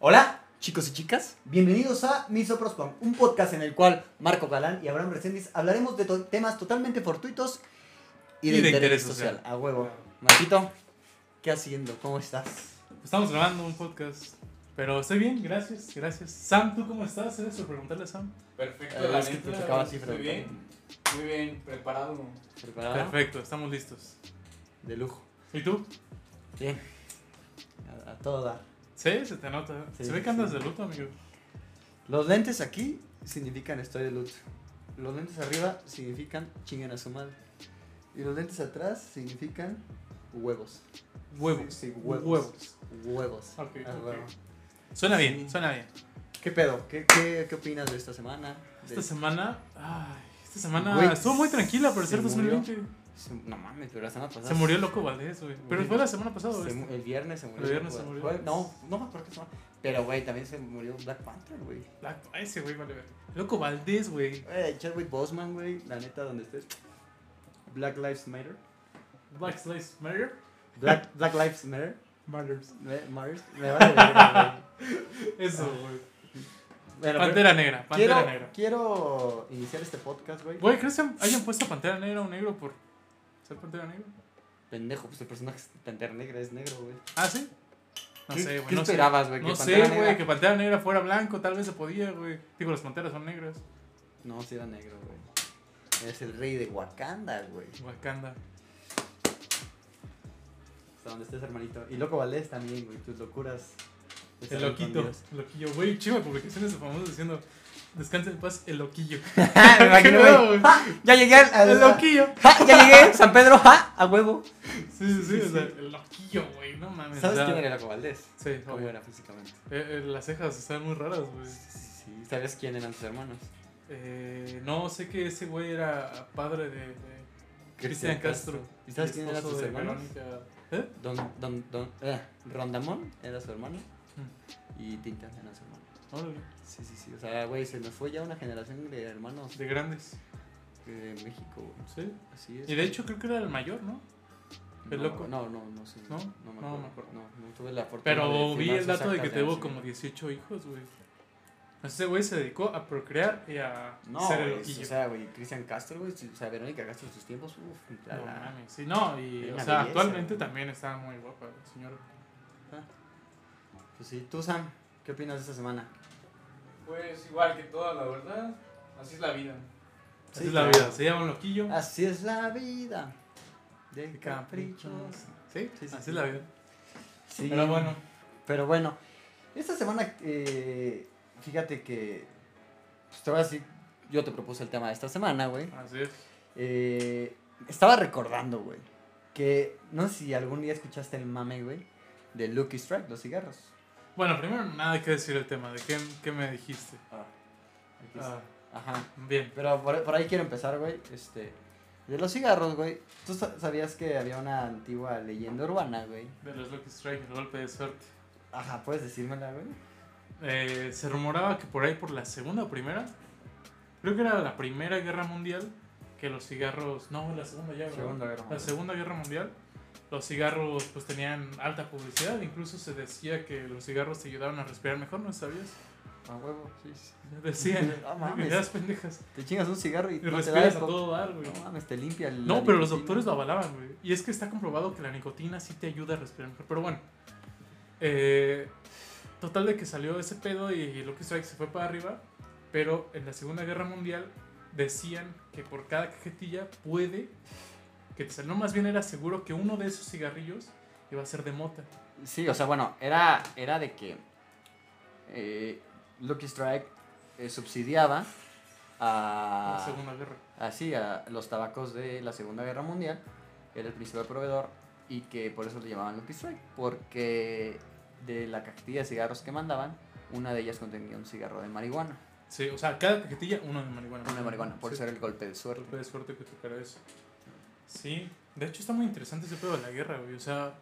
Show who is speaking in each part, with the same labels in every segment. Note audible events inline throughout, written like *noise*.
Speaker 1: Hola,
Speaker 2: Chicos y chicas,
Speaker 1: bienvenidos a Misoprospon, un podcast en el cual Marco Galán y Abraham Reséndiz hablaremos de to- temas totalmente fortuitos y de, interés, social. A huevo. Marquito, ¿qué haciendo? ¿Cómo estás?
Speaker 3: Estamos grabando un podcast. Pero estoy bien, gracias, gracias. Sam, ¿tú cómo estás? Eres por preguntarle a Sam.
Speaker 4: Perfecto,
Speaker 1: Eh,
Speaker 4: la
Speaker 1: es que
Speaker 4: neta,
Speaker 1: te tocaba así,
Speaker 4: Muy
Speaker 1: pero-
Speaker 4: bien, muy bien, preparado.
Speaker 1: ¿Preparado?
Speaker 3: Perfecto, estamos listos.
Speaker 1: De lujo.
Speaker 3: ¿Y tú?
Speaker 1: Bien. A, a todo dar.
Speaker 3: Sí, se te nota.
Speaker 1: Sí,
Speaker 3: se ve
Speaker 1: sí.
Speaker 3: que andas de luto, amigo.
Speaker 1: Los lentes aquí significan estoy de luto. Los lentes arriba significan chingan a su madre. Y los lentes atrás significan huevos.
Speaker 3: Huevos.
Speaker 1: Sí, huevos.
Speaker 3: Huevos.
Speaker 1: Huevos.
Speaker 3: Ok,
Speaker 1: A
Speaker 3: ok.
Speaker 1: huevo.
Speaker 3: Suena
Speaker 1: Sí.
Speaker 3: bien, suena bien.
Speaker 1: ¿Qué pedo? ¿Qué, qué, qué opinas de esta semana?
Speaker 3: Esta
Speaker 1: De-
Speaker 3: semana. Ay, esta semana
Speaker 1: Güey,
Speaker 3: estuvo muy tranquila por
Speaker 1: se
Speaker 3: ser 2020.
Speaker 1: Se- No mames, pero la semana pasada.
Speaker 3: Se murió Loco Valdés, güey. Pero
Speaker 1: Murió.
Speaker 3: fue la semana pasada,
Speaker 1: se
Speaker 3: güey.
Speaker 1: mu- el viernes se murió.
Speaker 3: El viernes se
Speaker 1: güey.
Speaker 3: murió.
Speaker 1: Fue- No, no me acuerdo qué semana. Pero, güey, también se murió Black Panther, güey.
Speaker 3: La- ay, Ese güey, vale, verga. Loco Valdés, güey.
Speaker 1: Eh, Chadwick Boseman, güey. La neta, donde estés. Black Lives Matter.
Speaker 3: Black Slice Matter. *laughs*
Speaker 1: Black, Black Lives Matter.
Speaker 3: Matters.
Speaker 1: Me, Matters. Me vale verga,
Speaker 3: Eso, güey.
Speaker 1: güey. Bueno,
Speaker 3: Pantera Negra,
Speaker 1: pero
Speaker 3: Pantera
Speaker 1: quiero,
Speaker 3: Negra.
Speaker 1: quiero iniciar este podcast, güey.
Speaker 3: Güey, ¿crees que hayan puesto Pantera Negra a un negro por ser Pantera Negra?
Speaker 1: Pendejo, pues el personaje es Pantera Negra es negro, güey.
Speaker 3: ¿Ah, sí? No
Speaker 1: ¿Qué-
Speaker 3: sé, güey.
Speaker 1: ¿Qué
Speaker 3: No sé,
Speaker 1: esperabas, güey?
Speaker 3: no
Speaker 1: que
Speaker 3: sé,
Speaker 1: Pantera
Speaker 3: güey.
Speaker 1: Negra-
Speaker 3: Que Pantera Negra fuera blanco, tal vez se podía, güey. Digo, las panteras son negras.
Speaker 1: No, sí era negro, güey. Es el rey de Wakanda, güey.
Speaker 3: Wakanda.
Speaker 1: Hasta donde estés, hermanito. Y Loco Valdés también, güey. Tus locuras.
Speaker 3: El loquito.
Speaker 1: escondidas.
Speaker 3: El loquillo, güey. Chiva publicaciones de famosos diciendo. Descansa en paz, el
Speaker 1: *laughs*
Speaker 3: loquillo.
Speaker 1: *laughs* Ah, Me imagino, *laughs* güey.
Speaker 3: *laughs* No, güey.
Speaker 1: ¡Ja! Ya llegué al. al-
Speaker 3: el loquillo.
Speaker 1: ¡Ja! Ya llegué, San Pedro, ja, a huevo.
Speaker 3: Sí, sí, sí. O sea, el loquillo, güey. No mames.
Speaker 1: ¿Sabes
Speaker 3: o sea,
Speaker 1: quién era Loco Valdés?
Speaker 3: Sí,
Speaker 1: ¿Cómo
Speaker 3: obvio.
Speaker 1: era físicamente?
Speaker 3: Eh, eh, las cejas están muy raras, güey.
Speaker 1: Sí, ¿Sabes quién eran sus hermanos?
Speaker 3: Eh, no, sé que ese güey era padre de. de Cristian Castro.
Speaker 1: ¿Y sabes quién eran
Speaker 3: esposo
Speaker 1: sus
Speaker 3: de
Speaker 1: hermanos?
Speaker 3: Verónica. ¿Eh?
Speaker 1: Don, don, don, eh, Rondamón era su hermano. Y Tintán era su hermano.
Speaker 3: Órale.
Speaker 1: Hmm. Sí, sí, sí. O sea, güey, se nos fue ya una generación de hermanos
Speaker 3: De grandes.
Speaker 1: de México, güey.
Speaker 3: Sí.
Speaker 1: Así es.
Speaker 3: Y de hecho creo que era el mayor, ¿no? el
Speaker 1: no,
Speaker 3: loco.
Speaker 1: No, no, no sé.
Speaker 3: ¿No?
Speaker 1: No me
Speaker 3: No,
Speaker 1: acuerdo.
Speaker 3: me acuerdo.
Speaker 1: No, no tuve la fortuna.
Speaker 3: Pero
Speaker 1: de
Speaker 3: vi
Speaker 1: firmar
Speaker 3: el
Speaker 1: sus
Speaker 3: dato de que
Speaker 1: actas
Speaker 3: tuvo
Speaker 1: nacimiento.
Speaker 3: como 18 hijos, güey. Ese güey se dedicó a procrear y a
Speaker 1: No,
Speaker 3: ser el
Speaker 1: güey,
Speaker 3: loquillo.
Speaker 1: o sea, güey, Cristian Castro, güey, si- o sea, Verónica Castro en sus tiempos, uff, la, eh.
Speaker 3: no
Speaker 1: la-
Speaker 3: mames. Sí, no, y
Speaker 1: Era
Speaker 3: o
Speaker 1: una
Speaker 3: sea,
Speaker 1: belleza,
Speaker 3: actualmente
Speaker 1: güey.
Speaker 3: también está muy guapa, el señor.
Speaker 1: Pues sí, tú, Sam, ¿qué opinas de esta semana?
Speaker 4: Pues igual que toda la verdad, así es la vida.
Speaker 3: Así
Speaker 1: Sí,
Speaker 3: es la
Speaker 1: claro.
Speaker 3: vida, se llama un loquillo.
Speaker 1: Así es la vida de
Speaker 3: de
Speaker 1: caprichos. Sí,
Speaker 3: Sí,
Speaker 1: sí,
Speaker 3: así
Speaker 1: sí.
Speaker 3: es la vida.
Speaker 1: Sí,
Speaker 3: Pero bueno,
Speaker 1: Pero bueno, esta semana, eh, fíjate que, pues te voy a decir, yo te propuse el tema de esta semana, güey.
Speaker 3: así es.
Speaker 1: Eh, estaba recordando, güey, que no sé si algún día escuchaste el mame, güey, de Lucky Strike, los cigarros.
Speaker 3: Bueno, primero nada que decir el tema de qué, qué me dijiste.
Speaker 1: Aquí está.
Speaker 3: Ah,
Speaker 1: Ajá.
Speaker 3: bien.
Speaker 1: Pero por, por ahí quiero empezar, güey. Este, de los cigarros, güey. ¿Tú sa- sabías que había una antigua leyenda urbana, güey?
Speaker 3: De los Lucky Strike, el golpe de suerte.
Speaker 1: Ajá, ¿puedes decírmela, güey?
Speaker 3: Eh, se rumoraba que por ahí, por la segunda o primera, creo que era la primera guerra mundial, que los cigarros, no, la segunda ya, ¿verdad?
Speaker 1: Segunda Guerra
Speaker 3: la
Speaker 1: Mundial.
Speaker 3: segunda guerra mundial, los cigarros pues tenían alta publicidad, incluso se decía que los cigarros te ayudaban a respirar mejor, ¿no sabías? *laughs*
Speaker 1: A huevo, sí. sí.
Speaker 3: Decían,
Speaker 1: Ah, mames.
Speaker 3: ideas pendejas,
Speaker 1: Te chingas un cigarro y,
Speaker 3: y
Speaker 1: no te da
Speaker 3: respiras a
Speaker 1: esto.
Speaker 3: todo dar, güey.
Speaker 1: No mames, te limpia el.
Speaker 3: No, pero los doctores lo avalaban, güey. Y es que está comprobado que la nicotina sí te ayuda a respirar mejor. Pero bueno. Eh, total de que salió ese pedo y Lucky Strike se fue para arriba. Pero en la Segunda Guerra Mundial decían que por cada cajetilla puede que te sal- No, más bien era seguro que uno de esos cigarrillos iba a ser de mota.
Speaker 1: Sí, o sea, bueno, era, era de que eh, Lucky Strike eh, subsidiaba
Speaker 3: en
Speaker 1: a.
Speaker 3: La Segunda Guerra.
Speaker 1: así a los tabacos de la Segunda Guerra Mundial, era el principal proveedor y que por eso le llamaban Lucky Strike, porque de la cantidad de cigarros que mandaban, una de ellas contenía un cigarro de marihuana,
Speaker 3: Sí, o sea, cada cajetilla uno de marihuana.
Speaker 1: una de marihuana, por
Speaker 3: Sí.
Speaker 1: ser el golpe de
Speaker 3: Por
Speaker 1: suerte.
Speaker 3: golpe de suerte que tocará eso. Sí, de hecho está muy interesante ese pedo de la guerra, güey. O sea,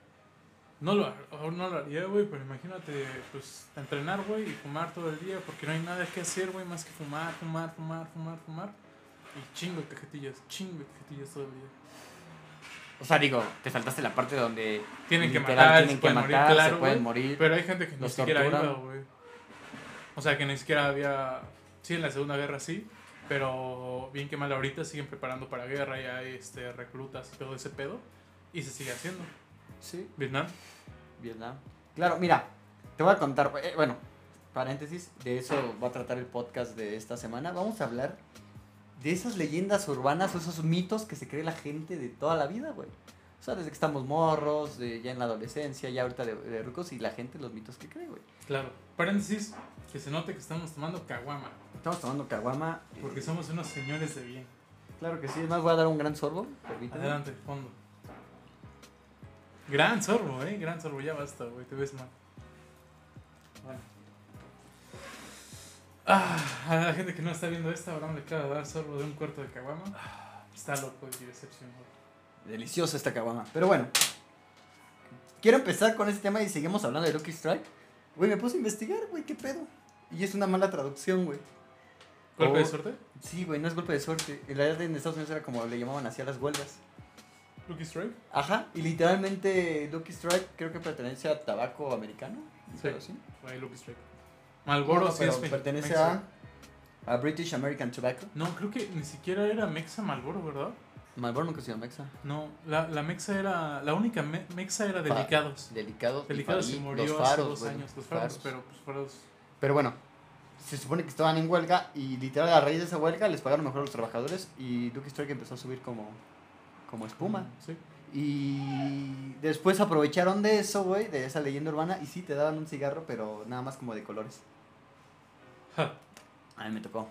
Speaker 3: no lo, har- ahora no lo haría, güey, pero imagínate, pues, entrenar, güey, y fumar todo el día, porque no hay nada que hacer, güey, más que fumar, fumar, fumar, fumar, fumar. Y chingo de cajetillas, chingo de cajetillas todo el día.
Speaker 1: O O sea, digo, te saltaste la parte donde
Speaker 3: Tienen que
Speaker 1: literal
Speaker 3: matar,
Speaker 1: tienen
Speaker 3: se
Speaker 1: que
Speaker 3: pueden morir,
Speaker 1: matar,
Speaker 3: claro,
Speaker 1: se pueden
Speaker 3: güey.
Speaker 1: morir.
Speaker 3: Pero hay gente que ni
Speaker 1: Los
Speaker 3: siquiera
Speaker 1: torturan.
Speaker 3: iba, güey. O sea, que ni siquiera había. Sí, en la Segunda Guerra sí. Pero bien que mal, ahorita siguen preparando para guerra y hay este, reclutas y todo ese pedo. Y se sigue haciendo.
Speaker 1: Sí,
Speaker 3: Vietnam.
Speaker 1: Vietnam. Claro, mira, te voy a contar, eh, bueno, paréntesis, de eso va a tratar el podcast de esta semana. Vamos a hablar de esas leyendas urbanas o esos mitos que se cree la gente de toda la vida, güey. O sea, desde que estamos morros, de ya en la adolescencia, ya ahorita de, de rucos y la gente los mitos que cree, güey.
Speaker 3: Claro. Paréntesis, que se note que estamos tomando caguama.
Speaker 1: Estamos tomando caguama. eh,
Speaker 3: Porque somos unos señores de bien.
Speaker 1: Claro que sí, además voy a dar un gran sorbo, permíteme.
Speaker 3: Adelante, fondo. Gran sorbo, eh. Gran sorbo, ya basta, güey. Te ves mal. Bueno. Ah, a la gente que no está viendo esta, Abraham le acaba de dar sorbo de un cuarto de caguama. Está loco y decepcionado.
Speaker 1: Deliciosa esta caguama. Pero bueno, quiero empezar con este tema y seguimos hablando de Lucky Strike. Güey, me puse a investigar, güey, qué pedo. Y es una mala traducción, güey.
Speaker 3: ¿Golpe de
Speaker 1: Oh.
Speaker 3: suerte?
Speaker 1: Sí, güey, no es golpe de suerte. En la edad en Estados Unidos era como le llamaban así a las huelgas.
Speaker 3: ¿Lucky Strike?
Speaker 1: Ajá, y literalmente Lucky Strike creo que pertenece a tabaco americano.
Speaker 3: Sí.
Speaker 1: pero sí.
Speaker 3: Güey, Lucky Strike. Malboro
Speaker 1: No,
Speaker 3: sí
Speaker 1: pero
Speaker 3: es me-
Speaker 1: pertenece
Speaker 3: mexa.
Speaker 1: a, a British American Tobacco.
Speaker 3: No, creo que ni siquiera era Mexa Malboro, ¿verdad?
Speaker 1: Marlboro nunca ha sido mexa.
Speaker 3: No, la, la Mexa era. La única me- Mexa era Delicados.
Speaker 1: Delicados. y
Speaker 3: Delicados
Speaker 1: Farid,
Speaker 3: se murió
Speaker 1: los
Speaker 3: hace
Speaker 1: faros,
Speaker 3: dos
Speaker 1: güey,
Speaker 3: años. Los faros, pero pues faros.
Speaker 1: Pero bueno, se supone que estaban en huelga y literal a raíz de esa huelga les pagaron mejor a los trabajadores y Duke Strike empezó a subir como, como espuma.
Speaker 3: Sí.
Speaker 1: Y después aprovecharon de eso, güey, de esa leyenda urbana y sí, te daban un cigarro, pero nada más como de colores.
Speaker 3: Ja.
Speaker 1: A mí me tocó.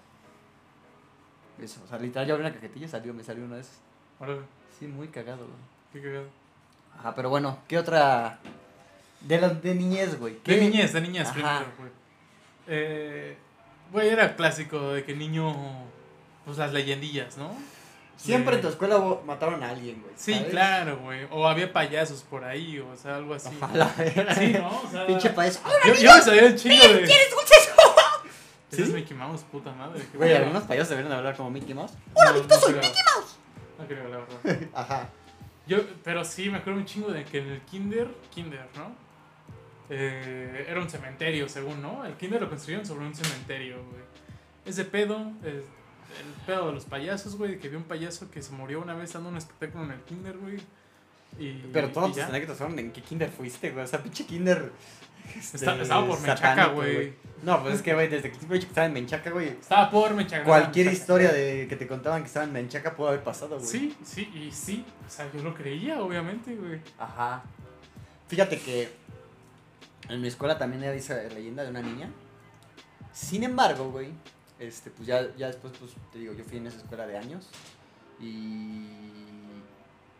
Speaker 1: Eso, o sea, literal yo abrí una cajetilla y salió, me salió uno de esos.
Speaker 3: Órale,
Speaker 1: Sí, muy cagado, güey.
Speaker 3: qué cagado.
Speaker 1: Ajá, pero bueno, ¿qué otra? De, la, de niñez, güey.
Speaker 3: De
Speaker 1: ¿Qué-
Speaker 3: niñez, de niñez,
Speaker 1: Ajá.
Speaker 3: primero, güey. Eh, güey, era clásico de que niño. Pues las leyendillas, ¿no?
Speaker 1: Siempre
Speaker 3: De-
Speaker 1: en tu escuela hubo- mataron a alguien, güey.
Speaker 3: Sí,
Speaker 1: ¿sabes?
Speaker 3: claro, güey. O había payasos por ahí, o sea, algo así.
Speaker 1: A la verga.
Speaker 3: Sí, ¿no? O sea,
Speaker 1: ¿eh? Pinche país.
Speaker 3: yo, yo me sabía un chingo de. ¿Quieres dulces?
Speaker 1: ¿Sí?
Speaker 3: Ese es Mickey Mouse, puta madre. qué
Speaker 1: Güey,
Speaker 3: pedo.
Speaker 1: algunos payasos deberían hablar como Mickey Mouse.
Speaker 3: No, no creo. No creo, la verdad.
Speaker 1: Ajá.
Speaker 3: Yo, pero sí, me acuerdo un chingo de que en el kinder, kinder, ¿no? Eh, era un cementerio, según, ¿no? El kinder lo construyeron sobre un cementerio, güey. Ese pedo, es- el pedo de los payasos, güey, que vi un payaso que se murió una vez dando un espectáculo en el kinder, güey. Y,
Speaker 1: Pero
Speaker 3: y
Speaker 1: todos tus
Speaker 3: ya.
Speaker 1: anécdotas fueron en qué kinder fuiste, güey. O sea, pinche kinder.
Speaker 3: Está- estaba por Menchaca,
Speaker 1: satánico,
Speaker 3: güey.
Speaker 1: No, pues es que, güey, desde que siempre estaba en Menchaca, güey.
Speaker 3: Estaba por Menchaca.
Speaker 1: Cualquier
Speaker 3: Menchaca.
Speaker 1: historia de que te contaban que estaba en Menchaca pudo haber pasado, güey.
Speaker 3: Sí, sí, y sí. O sea, yo lo creía, obviamente, güey.
Speaker 1: Ajá. Fíjate que en mi escuela también era esa leyenda de una niña. Sin embargo, güey, este, pues ya, ya después, pues te digo, yo fui en esa escuela de años. Y.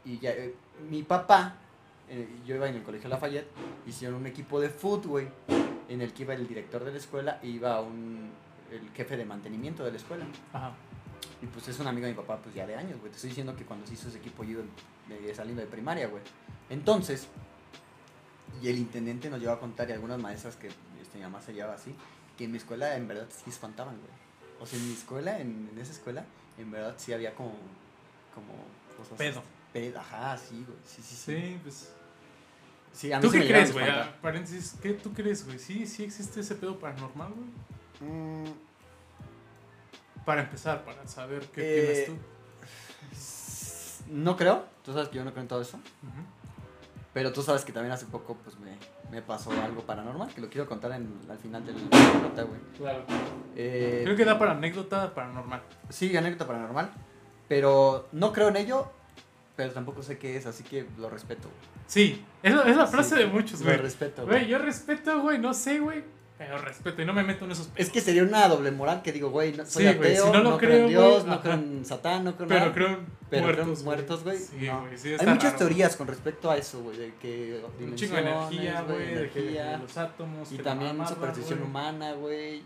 Speaker 1: Y ya. eh, mi papá, eh, yo iba en el colegio Lafayette, hicieron un equipo de fútbol, güey, en el que iba el director de la escuela e iba un. el jefe de mantenimiento de la escuela.
Speaker 3: Ajá.
Speaker 1: Y pues es un amigo de mi papá, pues ya de años, güey. Te estoy diciendo que cuando se hizo ese equipo yo iba de- saliendo de primaria, güey. Entonces, y el intendente nos llevó a contar, y algunas maestras que este, mi mamá se llevaba así, que en mi escuela en verdad sí espantaban, güey. O sea, en mi escuela, en, en esa escuela, en verdad sí había como. como cosas.
Speaker 3: Pedo.
Speaker 1: Pedo, ajá, sí, güey. Pues, Sí, sí, sí.
Speaker 3: Sí, pues.
Speaker 1: Sí, a mí
Speaker 3: ¿Tú
Speaker 1: sí
Speaker 3: qué
Speaker 1: me llegaron
Speaker 3: crees,
Speaker 1: a
Speaker 3: güey?
Speaker 1: espantar.
Speaker 3: Ah, Paréntesis, ¿qué tú crees, güey? ¿Sí, ¿Sí existe ese pedo paranormal, güey?
Speaker 1: Mm,
Speaker 3: Para empezar, para saber qué
Speaker 1: Eh,
Speaker 3: opinas tú.
Speaker 1: s- No creo. Tú sabes que yo no creo en todo eso.
Speaker 3: Ujú.
Speaker 1: Pero tú sabes que también hace poco pues me, me pasó algo paranormal que lo quiero contar en, al final del anécdota, güey. Eh,
Speaker 3: Creo que da para anécdota paranormal.
Speaker 1: Sí, anécdota paranormal. Pero no creo en ello, pero tampoco sé qué es, así que lo respeto. güey.
Speaker 3: Sí, es, la- es la frase
Speaker 1: Sí,
Speaker 3: de muchos,
Speaker 1: Lo
Speaker 3: güey.
Speaker 1: respeto,
Speaker 3: Güey,
Speaker 1: güey.
Speaker 3: yo respeto, güey, no sé, güey. Pero respeto y no me meto en esos pedos.
Speaker 1: Es que sería una doble moral que digo, güey, no, soy
Speaker 3: Sí, güey,
Speaker 1: ateo,
Speaker 3: si no
Speaker 1: no,
Speaker 3: lo
Speaker 1: creo, en
Speaker 3: creo, güey,
Speaker 1: Dios, no
Speaker 3: ajá.
Speaker 1: creo en Satán, no creo en
Speaker 3: pero
Speaker 1: nada.
Speaker 3: creo en
Speaker 1: pero creo en
Speaker 3: muertos.
Speaker 1: muertos, güey,
Speaker 3: Sí,
Speaker 1: no.
Speaker 3: güey, sí,
Speaker 1: Hay
Speaker 3: está
Speaker 1: muchas
Speaker 3: raro.
Speaker 1: teorías con respecto a eso, güey, de que
Speaker 3: Un chingo de energía,
Speaker 1: dimensiones,
Speaker 3: güey, de que- de
Speaker 1: energía,
Speaker 3: los átomos.
Speaker 1: y
Speaker 3: que la
Speaker 1: también
Speaker 3: mamada,
Speaker 1: superstición
Speaker 3: güey.
Speaker 1: humana, güey.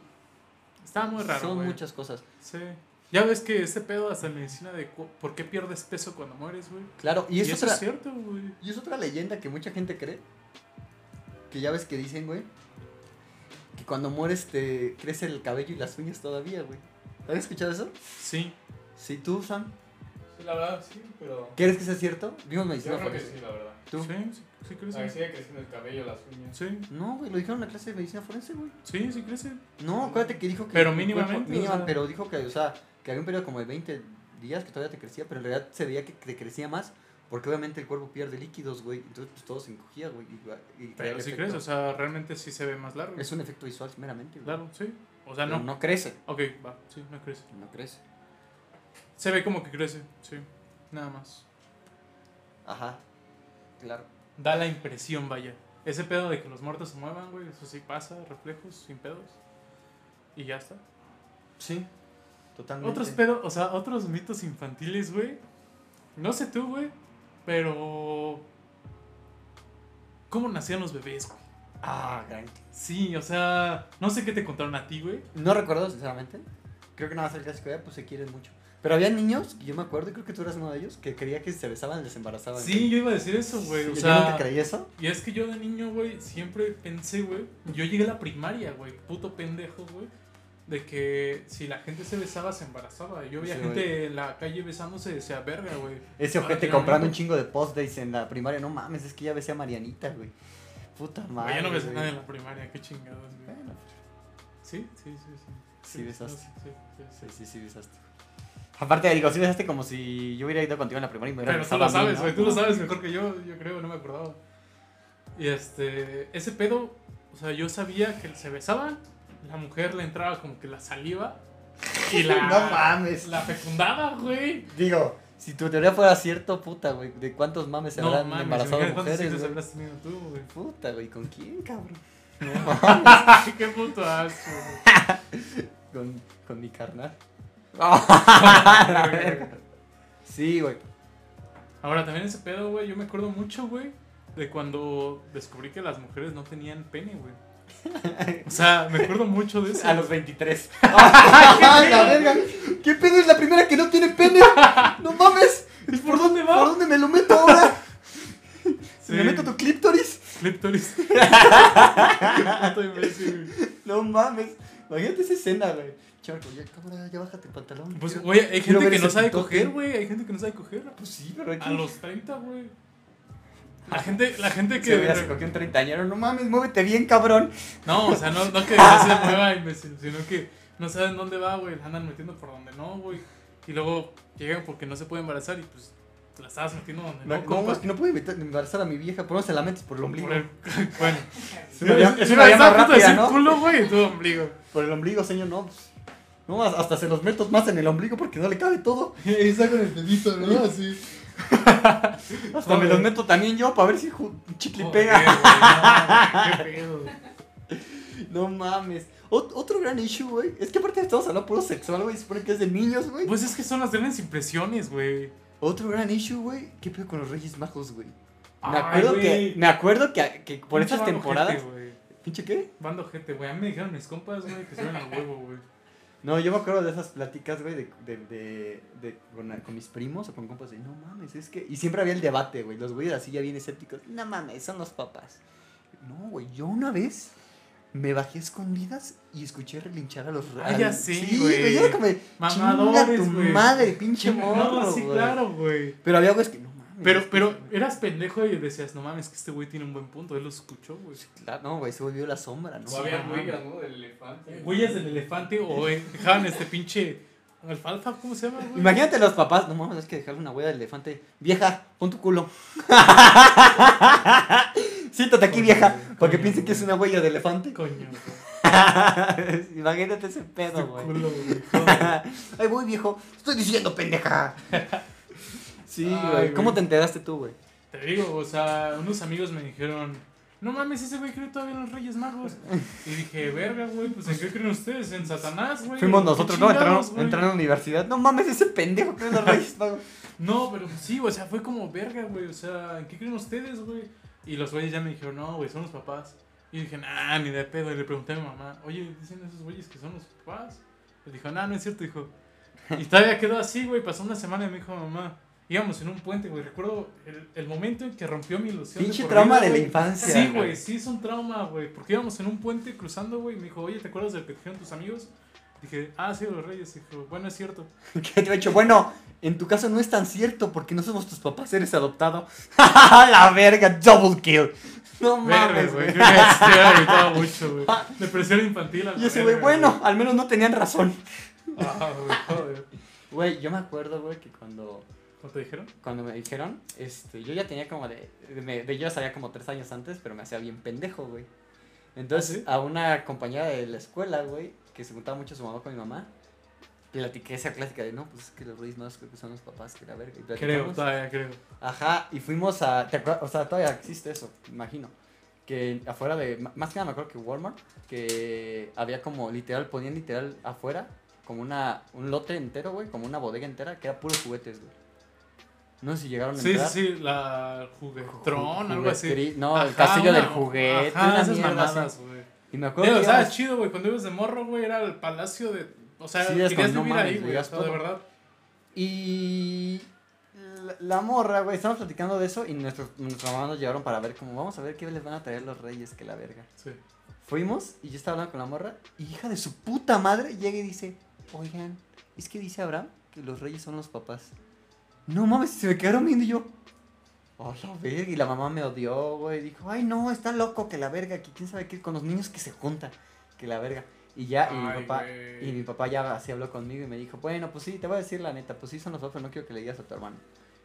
Speaker 3: Está muy raro.
Speaker 1: Son
Speaker 3: güey.
Speaker 1: muchas cosas.
Speaker 3: Sí. Ya ves que ese pedo hasta en medicina de cu- por qué pierdes peso cuando mueres, güey.
Speaker 1: Claro, y
Speaker 3: Y,
Speaker 1: es
Speaker 3: eso
Speaker 1: otra-
Speaker 3: es cierto, güey.
Speaker 1: Y es otra leyenda que mucha gente cree. Que ya ves que dicen, güey. Que cuando mueres te crece el cabello y las uñas todavía, güey. ¿Has escuchado eso?
Speaker 3: Sí.
Speaker 1: Sí, tú, Sam.
Speaker 4: Sí, la verdad sí, pero.
Speaker 1: ¿Crees que sea cierto? Dios me dice,
Speaker 4: Yo
Speaker 1: no,
Speaker 4: creo que
Speaker 1: forense.
Speaker 4: sí, la verdad.
Speaker 1: ¿Tú?
Speaker 3: Sí, sí, sí
Speaker 4: A que
Speaker 3: crece.
Speaker 4: sigue creciendo el cabello, las uñas.
Speaker 3: Sí,
Speaker 1: No, güey, lo dijeron en la clase de medicina forense, güey.
Speaker 3: sí, sí crece.
Speaker 1: No, acuérdate que dijo que.
Speaker 3: Pero
Speaker 1: tu cuerpo-
Speaker 3: mínimamente,
Speaker 1: mínima-
Speaker 3: o sea.
Speaker 1: pero dijo que, o sea, que había un periodo como de 20 días que todavía te crecía, pero en realidad se veía que te crecía más. Porque obviamente el cuerpo pierde líquidos, güey. Entonces, pues todo se encogía, güey. y- y creaba
Speaker 3: Pero
Speaker 1: el
Speaker 3: sí
Speaker 1: efecto.
Speaker 3: crece, o sea, realmente sí se ve más largo.
Speaker 1: Es un efecto visual meramente, güey.
Speaker 3: Claro, sí. O sea,
Speaker 1: Pero
Speaker 3: no.
Speaker 1: no crece.
Speaker 3: Ok, va, sí, no crece.
Speaker 1: No crece.
Speaker 3: Se ve como que crece, sí. Nada más.
Speaker 1: Ajá. Claro.
Speaker 3: Da la impresión, vaya. Ese pedo de que los muertos se muevan, güey, eso sí pasa, reflejos, sin pedos. Y ya está.
Speaker 1: Sí. Totalmente.
Speaker 3: Otros pedos, o sea, otros mitos infantiles, güey. No sé tú, güey, pero... ¿Cómo nacían los bebés, güey?
Speaker 1: Ah, gran.
Speaker 3: Sí, o sea, no sé qué te contaron a ti, güey.
Speaker 1: No recuerdo, sinceramente. Creo que nada más el clásico de, pues se quieren mucho. Pero había niños, que yo me acuerdo, y creo que tú eras uno de ellos, que creía que si se besaban les embarazaban.
Speaker 3: Sí, yo iba a decir eso, güey.
Speaker 1: Sí,
Speaker 3: o
Speaker 1: yo
Speaker 3: sea,
Speaker 1: nunca creí eso.
Speaker 3: Y es que yo de niño, güey, siempre pensé, güey, yo llegué a la primaria, güey, puto pendejo, güey, de que si la gente se besaba, se embarazaba. Yo veía
Speaker 1: Sí,
Speaker 3: gente
Speaker 1: güey.
Speaker 3: en la calle besándose, decía, verga, güey.
Speaker 1: Ese
Speaker 3: Ah,
Speaker 1: ojete
Speaker 3: tiene
Speaker 1: comprando
Speaker 3: un-
Speaker 1: un chingo de post-days en la primaria. No mames, es que ya besé a Marianita, güey. Puta madre.
Speaker 3: Güey, yo no besé a
Speaker 1: güey.
Speaker 3: nadie en la primaria, qué chingados, güey.
Speaker 1: Bueno,
Speaker 3: Sí, sí, sí, sí.
Speaker 1: Sí besaste.
Speaker 3: no, sí, sí, sí, sí.
Speaker 1: sí, sí, sí, besaste. Aparte, digo, sí besaste como si yo hubiera ido contigo en la primaria y me hubiera
Speaker 3: Pero tú
Speaker 1: besado
Speaker 3: lo
Speaker 1: a mí,
Speaker 3: sabes,
Speaker 1: ¿no?
Speaker 3: güey, tú lo sabes mejor que yo, yo creo, no me acordaba. Y este, ese pedo, o sea, yo sabía que se besaban, la mujer le entraba como que la saliva y la,
Speaker 1: *laughs* No mames.
Speaker 3: la fecundaba, güey.
Speaker 1: Digo, si tu teoría fuera cierto, puta, güey, ¿de cuántos mames se habrán embarazado
Speaker 3: imagínate cuántos
Speaker 1: mujeres,
Speaker 3: hijos
Speaker 1: güey?
Speaker 3: habrás tenido tú, güey. *laughs*
Speaker 1: Puta, güey, ¿con quién, cabrón?
Speaker 3: Ay, qué puto asco,
Speaker 1: *laughs*
Speaker 3: güey.
Speaker 1: Con, con mi carnal.
Speaker 3: La verga.
Speaker 1: sí, güey.
Speaker 3: Ahora, también ese pedo, güey, yo me acuerdo mucho, güey, de cuando descubrí que las mujeres no tenían pene, güey. O sea, me acuerdo mucho
Speaker 1: *laughs*
Speaker 3: de eso.
Speaker 1: A los 23.
Speaker 3: ¡Ay,
Speaker 1: Ah, la verga! ¿Qué pedo es la primera que no tiene pene? ¡No mames!
Speaker 3: ¿Y por dónde va?
Speaker 1: ¿Por dónde me lo meto ahora?
Speaker 3: Sí.
Speaker 1: ¿Me meto tu clíptoris?
Speaker 3: *laughs* Clíptoris. Puto imbécil, güey.
Speaker 1: No mames. Imagínate esa escena, güey. Charco, ya, cámara, ya bájate el pantalón.
Speaker 3: Pues,
Speaker 1: Quiero-
Speaker 3: güey, hay
Speaker 1: quiero
Speaker 3: gente
Speaker 1: ver
Speaker 3: que no
Speaker 1: ese
Speaker 3: sabe
Speaker 1: pitote.
Speaker 3: coger, güey. Hay gente que no sabe coger.
Speaker 1: Pues sí, pero hay
Speaker 3: A
Speaker 1: que...
Speaker 3: los 30, güey. La gente, la gente que.
Speaker 1: Se hubiera se cogió un treintañero. No mames, muévete bien, cabrón.
Speaker 3: No, o sea, no, no que no se mueva, imbécil, sino que no saben dónde va, güey. La andan metiendo por donde no, güey. Y luego llegan porque no se puede embarazar y pues la estabas metiendo donde no,
Speaker 1: No,
Speaker 3: compa.
Speaker 1: es que no puedo evitar- embarazar a mi vieja. ¿Por dónde se la metes? Por el ombligo.
Speaker 3: Por el- *laughs* bueno,
Speaker 1: Es una vía- es una vía
Speaker 3: estaba
Speaker 1: más
Speaker 3: a punto de
Speaker 1: rápida,
Speaker 3: decir
Speaker 1: ¿no?
Speaker 3: culo, güey, y tu ombligo.
Speaker 1: Por el ombligo, señor, no. pues, no, has- hasta se los meto más en el ombligo porque no le cabe
Speaker 3: *laughs*
Speaker 1: todo.
Speaker 3: Está con el dedito, ¿no? Así.
Speaker 1: *laughs* Hasta me los meto también yo para ver si ju- chicle pega.
Speaker 3: qué pedo. güey.
Speaker 1: No mames. Ot- otro gran issue, güey. Es que aparte estamos hablando puro sexual, güey. Se supone que es de niños, güey.
Speaker 3: Pues es que son las grandes impresiones, güey.
Speaker 1: Otro gran issue, güey. ¿Qué pedo con los Reyes Magos, güey? Me
Speaker 3: Ay,
Speaker 1: acuerdo que,
Speaker 3: güey.
Speaker 1: me acuerdo que, que por
Speaker 3: Pinche
Speaker 1: estas
Speaker 3: bando
Speaker 1: temporadas.
Speaker 3: Gente, güey.
Speaker 1: ¿Pinche qué?
Speaker 3: Bando gente, güey. A mí me dijeron mis compas, güey, que se ven al huevo, güey.
Speaker 1: No, yo me acuerdo de esas pláticas, güey, de, de, de, de- con, con mis primos o con compas. De, no mames, es que. Y siempre había el debate, güey. Los güeyes así ya bien escépticos. No mames, son los papás. No, güey. Yo una vez me bajé a escondidas y escuché relinchar a los
Speaker 3: Ah,
Speaker 1: al-
Speaker 3: ya sé,
Speaker 1: Sí,
Speaker 3: güey.
Speaker 1: güey. Yo era como de, *laughs* Chinga
Speaker 3: Mamadores,
Speaker 1: tu
Speaker 3: güey.
Speaker 1: madre, pinche morro,
Speaker 3: No, sí,
Speaker 1: güey.
Speaker 3: claro, güey.
Speaker 1: Pero había güeyes que no mames.
Speaker 3: Pero,
Speaker 1: es que-
Speaker 3: pero eras pendejo y decías, no mames, que este güey tiene un buen punto. Él lo escuchó, güey.
Speaker 1: Claro, no, güey, se volvió la sombra, ¿no?
Speaker 4: O había
Speaker 3: no,
Speaker 4: huellas, ¿no? Del elefante.
Speaker 3: Huellas del
Speaker 1: *laughs*
Speaker 3: elefante o eh, dejaban este pinche alfalfa, ¿cómo se llama, güey?
Speaker 1: Imagínate los papás, no mames, es que dejarle una huella de elefante. Vieja, pon tu culo. *laughs* Siéntate aquí,
Speaker 3: Coño,
Speaker 1: vieja,
Speaker 3: güey,
Speaker 1: para que
Speaker 3: coño,
Speaker 1: piense que es
Speaker 3: güey.
Speaker 1: una huella de elefante.
Speaker 3: Coño, güey.
Speaker 1: *laughs* Imagínate ese
Speaker 3: Este
Speaker 1: pedo, güey.
Speaker 3: culo, güey. joder.
Speaker 1: Ahí voy, viejo. Estoy diciendo, pendeja. *laughs* Sí,
Speaker 3: Ay,
Speaker 1: güey. ¿Cómo
Speaker 3: güey.
Speaker 1: te enteraste tú, güey?
Speaker 3: Te digo, o sea, unos amigos me dijeron, no mames, ese güey cree todavía en los Reyes Magos. Y dije, verga, güey, pues ¿en qué creen ustedes? ¿En Satanás, güey?
Speaker 1: Fuimos
Speaker 3: ¿En qué
Speaker 1: nosotros, ¿no? Entraron,
Speaker 3: chingados, güey?"
Speaker 1: entraron a la universidad. No mames, ese pendejo que es los reyes,
Speaker 3: *laughs*
Speaker 1: Magos.
Speaker 3: No, pero sí, o sea, fue como verga, güey. O sea, ¿en qué creen ustedes, güey? Y los güeyes ya me dijeron, no, güey, son los papás. Y dije, nah, ni de pedo. Y le pregunté a mi mamá, oye, dicen esos güeyes que son los papás. Le dijo, nah, no es cierto, dijo. Y todavía quedó así, güey. Pasó una semana y me dijo, mamá, íbamos en un puente, güey. Recuerdo el, el momento en que rompió mi ilusión.
Speaker 1: Pinche
Speaker 3: por
Speaker 1: trauma
Speaker 3: vida,
Speaker 1: de la
Speaker 3: güey.
Speaker 1: infancia.
Speaker 3: Sí,
Speaker 1: *laughs*
Speaker 3: güey, sí es un trauma, güey. Porque íbamos en un puente cruzando, güey. y Me dijo, oye, ¿te acuerdas del que te dijeron tus amigos? Dije, ah, sí, los reyes. Dijo, bueno, es cierto.
Speaker 1: Que te había dicho, bueno, en tu caso no es tan cierto porque no somos tus papás, eres adoptado. *laughs* la verga, double kill. *laughs* No
Speaker 3: Verde,
Speaker 1: mames,
Speaker 3: güey.
Speaker 1: güey.
Speaker 3: *laughs* Yo me gritaba mucho, güey.
Speaker 1: Ah.
Speaker 3: Depresión infantil. a la
Speaker 1: Y ese güey,
Speaker 3: verga,
Speaker 1: bueno, al menos no tenían razón.
Speaker 3: güey. Ah, güey, joder.
Speaker 1: Güey, yo me acuerdo, güey, que cuando,
Speaker 3: ¿No te dijeron?
Speaker 1: cuando me dijeron, este, yo ya tenía como de, me- de- yo ya sabía como tres años antes, pero me hacía bien pendejo, güey. Entonces,
Speaker 3: ¿Ah, sí?
Speaker 1: a una compañera de la escuela, güey, que se juntaba mucho su mamá con mi mamá, platiqué esa clásica de, no, pues es que los reyes magos creo que son los papás, que la verga. Y
Speaker 3: Creo,
Speaker 1: platicamos.
Speaker 3: todavía creo.
Speaker 1: Ajá, y fuimos a. ¿te acuer- O sea, todavía existe eso, me imagino. Que afuera de. ma- Más que nada me acuerdo que Walmart, que había como literal, ponían literal afuera, como una, un lote entero, güey, como una bodega entera, que era puros juguetes, güey. No sé si llegaron a
Speaker 3: Sí, sí,
Speaker 1: entrar.
Speaker 3: sí, la juguetrón,
Speaker 1: Ju-
Speaker 3: algo así.
Speaker 1: juguetri- No, el
Speaker 3: Ajá,
Speaker 1: castillo del
Speaker 3: una-
Speaker 1: juguete.
Speaker 3: Ajá,
Speaker 1: una
Speaker 3: esas
Speaker 1: mierda así.
Speaker 3: mamadas, güey.
Speaker 1: Y me acuerdo
Speaker 3: Digo,
Speaker 1: que.
Speaker 3: o sea,
Speaker 1: íbamos-
Speaker 3: chido, güey. Cuando ibas de morro, güey, era el palacio de. O sea,
Speaker 1: Sí, es
Speaker 3: querías
Speaker 1: como, no
Speaker 3: vivir
Speaker 1: mames,
Speaker 3: ahí, güey. O
Speaker 1: veías
Speaker 3: sea, de
Speaker 1: todo.
Speaker 3: verdad.
Speaker 1: Y la, la morra, güey, estamos platicando de eso y nuestros, nuestros mamás nos llevaron para ver cómo vamos a ver qué les van a traer los reyes, que la verga.
Speaker 3: Sí.
Speaker 1: Fuimos y yo estaba hablando con la morra y hija de su puta madre llega y dice, oigan, es que dice Abraham que los reyes son los papás. No mames, se me quedaron viendo y yo. Oh, la verga. Y la mamá me odió, güey. Dijo, ay, no, está loco que la verga, que quién sabe qué, con los niños que se junta, que la verga. Y ya, y mi
Speaker 3: Ay,
Speaker 1: papá,
Speaker 3: güey.
Speaker 1: y mi papá ya así habló conmigo y me dijo, bueno, pues sí, te voy a decir la neta, pues sí son los papás, pero no quiero que le digas a tu hermano.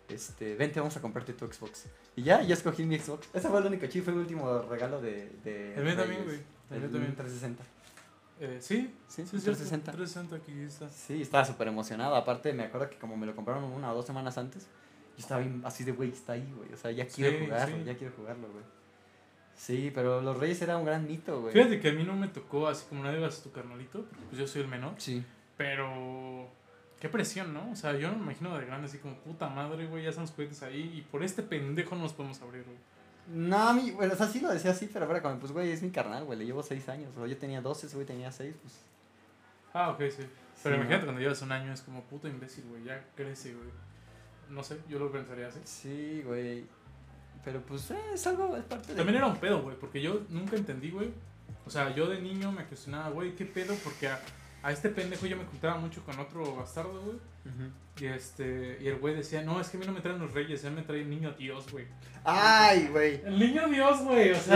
Speaker 1: Este, vente, vamos a comprarte tu Xbox. Y ya, ya escogí mi Xbox. Ese fue el único chip, fue el último regalo de... de
Speaker 3: El mío
Speaker 1: Reyes.
Speaker 3: también, güey. El mío
Speaker 1: El
Speaker 3: también.
Speaker 1: 360.
Speaker 3: Eh, sí,
Speaker 1: Sí,
Speaker 3: sí,
Speaker 1: un
Speaker 3: es cierto.
Speaker 1: 360.
Speaker 3: 360 aquí está.
Speaker 1: Sí, estaba súper emocionado. Aparte, me acuerdo que como me lo compraron una o dos semanas antes, yo estaba bien así de, güey, está ahí, güey. O sea, ya quiero
Speaker 3: Sí,
Speaker 1: jugarlo,
Speaker 3: sí.
Speaker 1: ya quiero jugarlo, güey. Sí, pero Los Reyes era un gran mito, güey.
Speaker 3: Fíjate que a mí no me tocó así como nadie digas a tu carnalito, porque pues yo soy el menor.
Speaker 1: Sí.
Speaker 3: Pero. Qué presión, ¿no? O sea, yo no me imagino de grande así como puta madre, güey, ya están los juguetes ahí y por este pendejo no los podemos abrir, güey.
Speaker 1: No, a mí, bueno, o sea, sí lo decía así, pero fuera como, pues, güey, es mi carnal, güey, le llevo seis años. O yo tenía 12, ese güey tenía seis, pues.
Speaker 3: Ah, ok, sí. Pero
Speaker 1: sí,
Speaker 3: imagínate
Speaker 1: ¿no?
Speaker 3: cuando llevas un año es como puta imbécil, güey, ya crece, güey. No sé, yo lo pensaría así.
Speaker 1: Sí, güey. Pero pues, eh, es algo, es parte de.
Speaker 3: También era un pedo, güey, porque yo nunca entendí, güey. O sea, yo de niño me cuestionaba, güey, qué pedo, porque a, a este pendejo yo me juntaba mucho con otro bastardo, güey.
Speaker 1: Ujú.
Speaker 3: Y este, y el güey decía, no, es que a mí no me traen los reyes, a mí me trae el niño Dios, güey.
Speaker 1: Ay, güey.
Speaker 3: El niño Dios, güey, o
Speaker 1: Es que-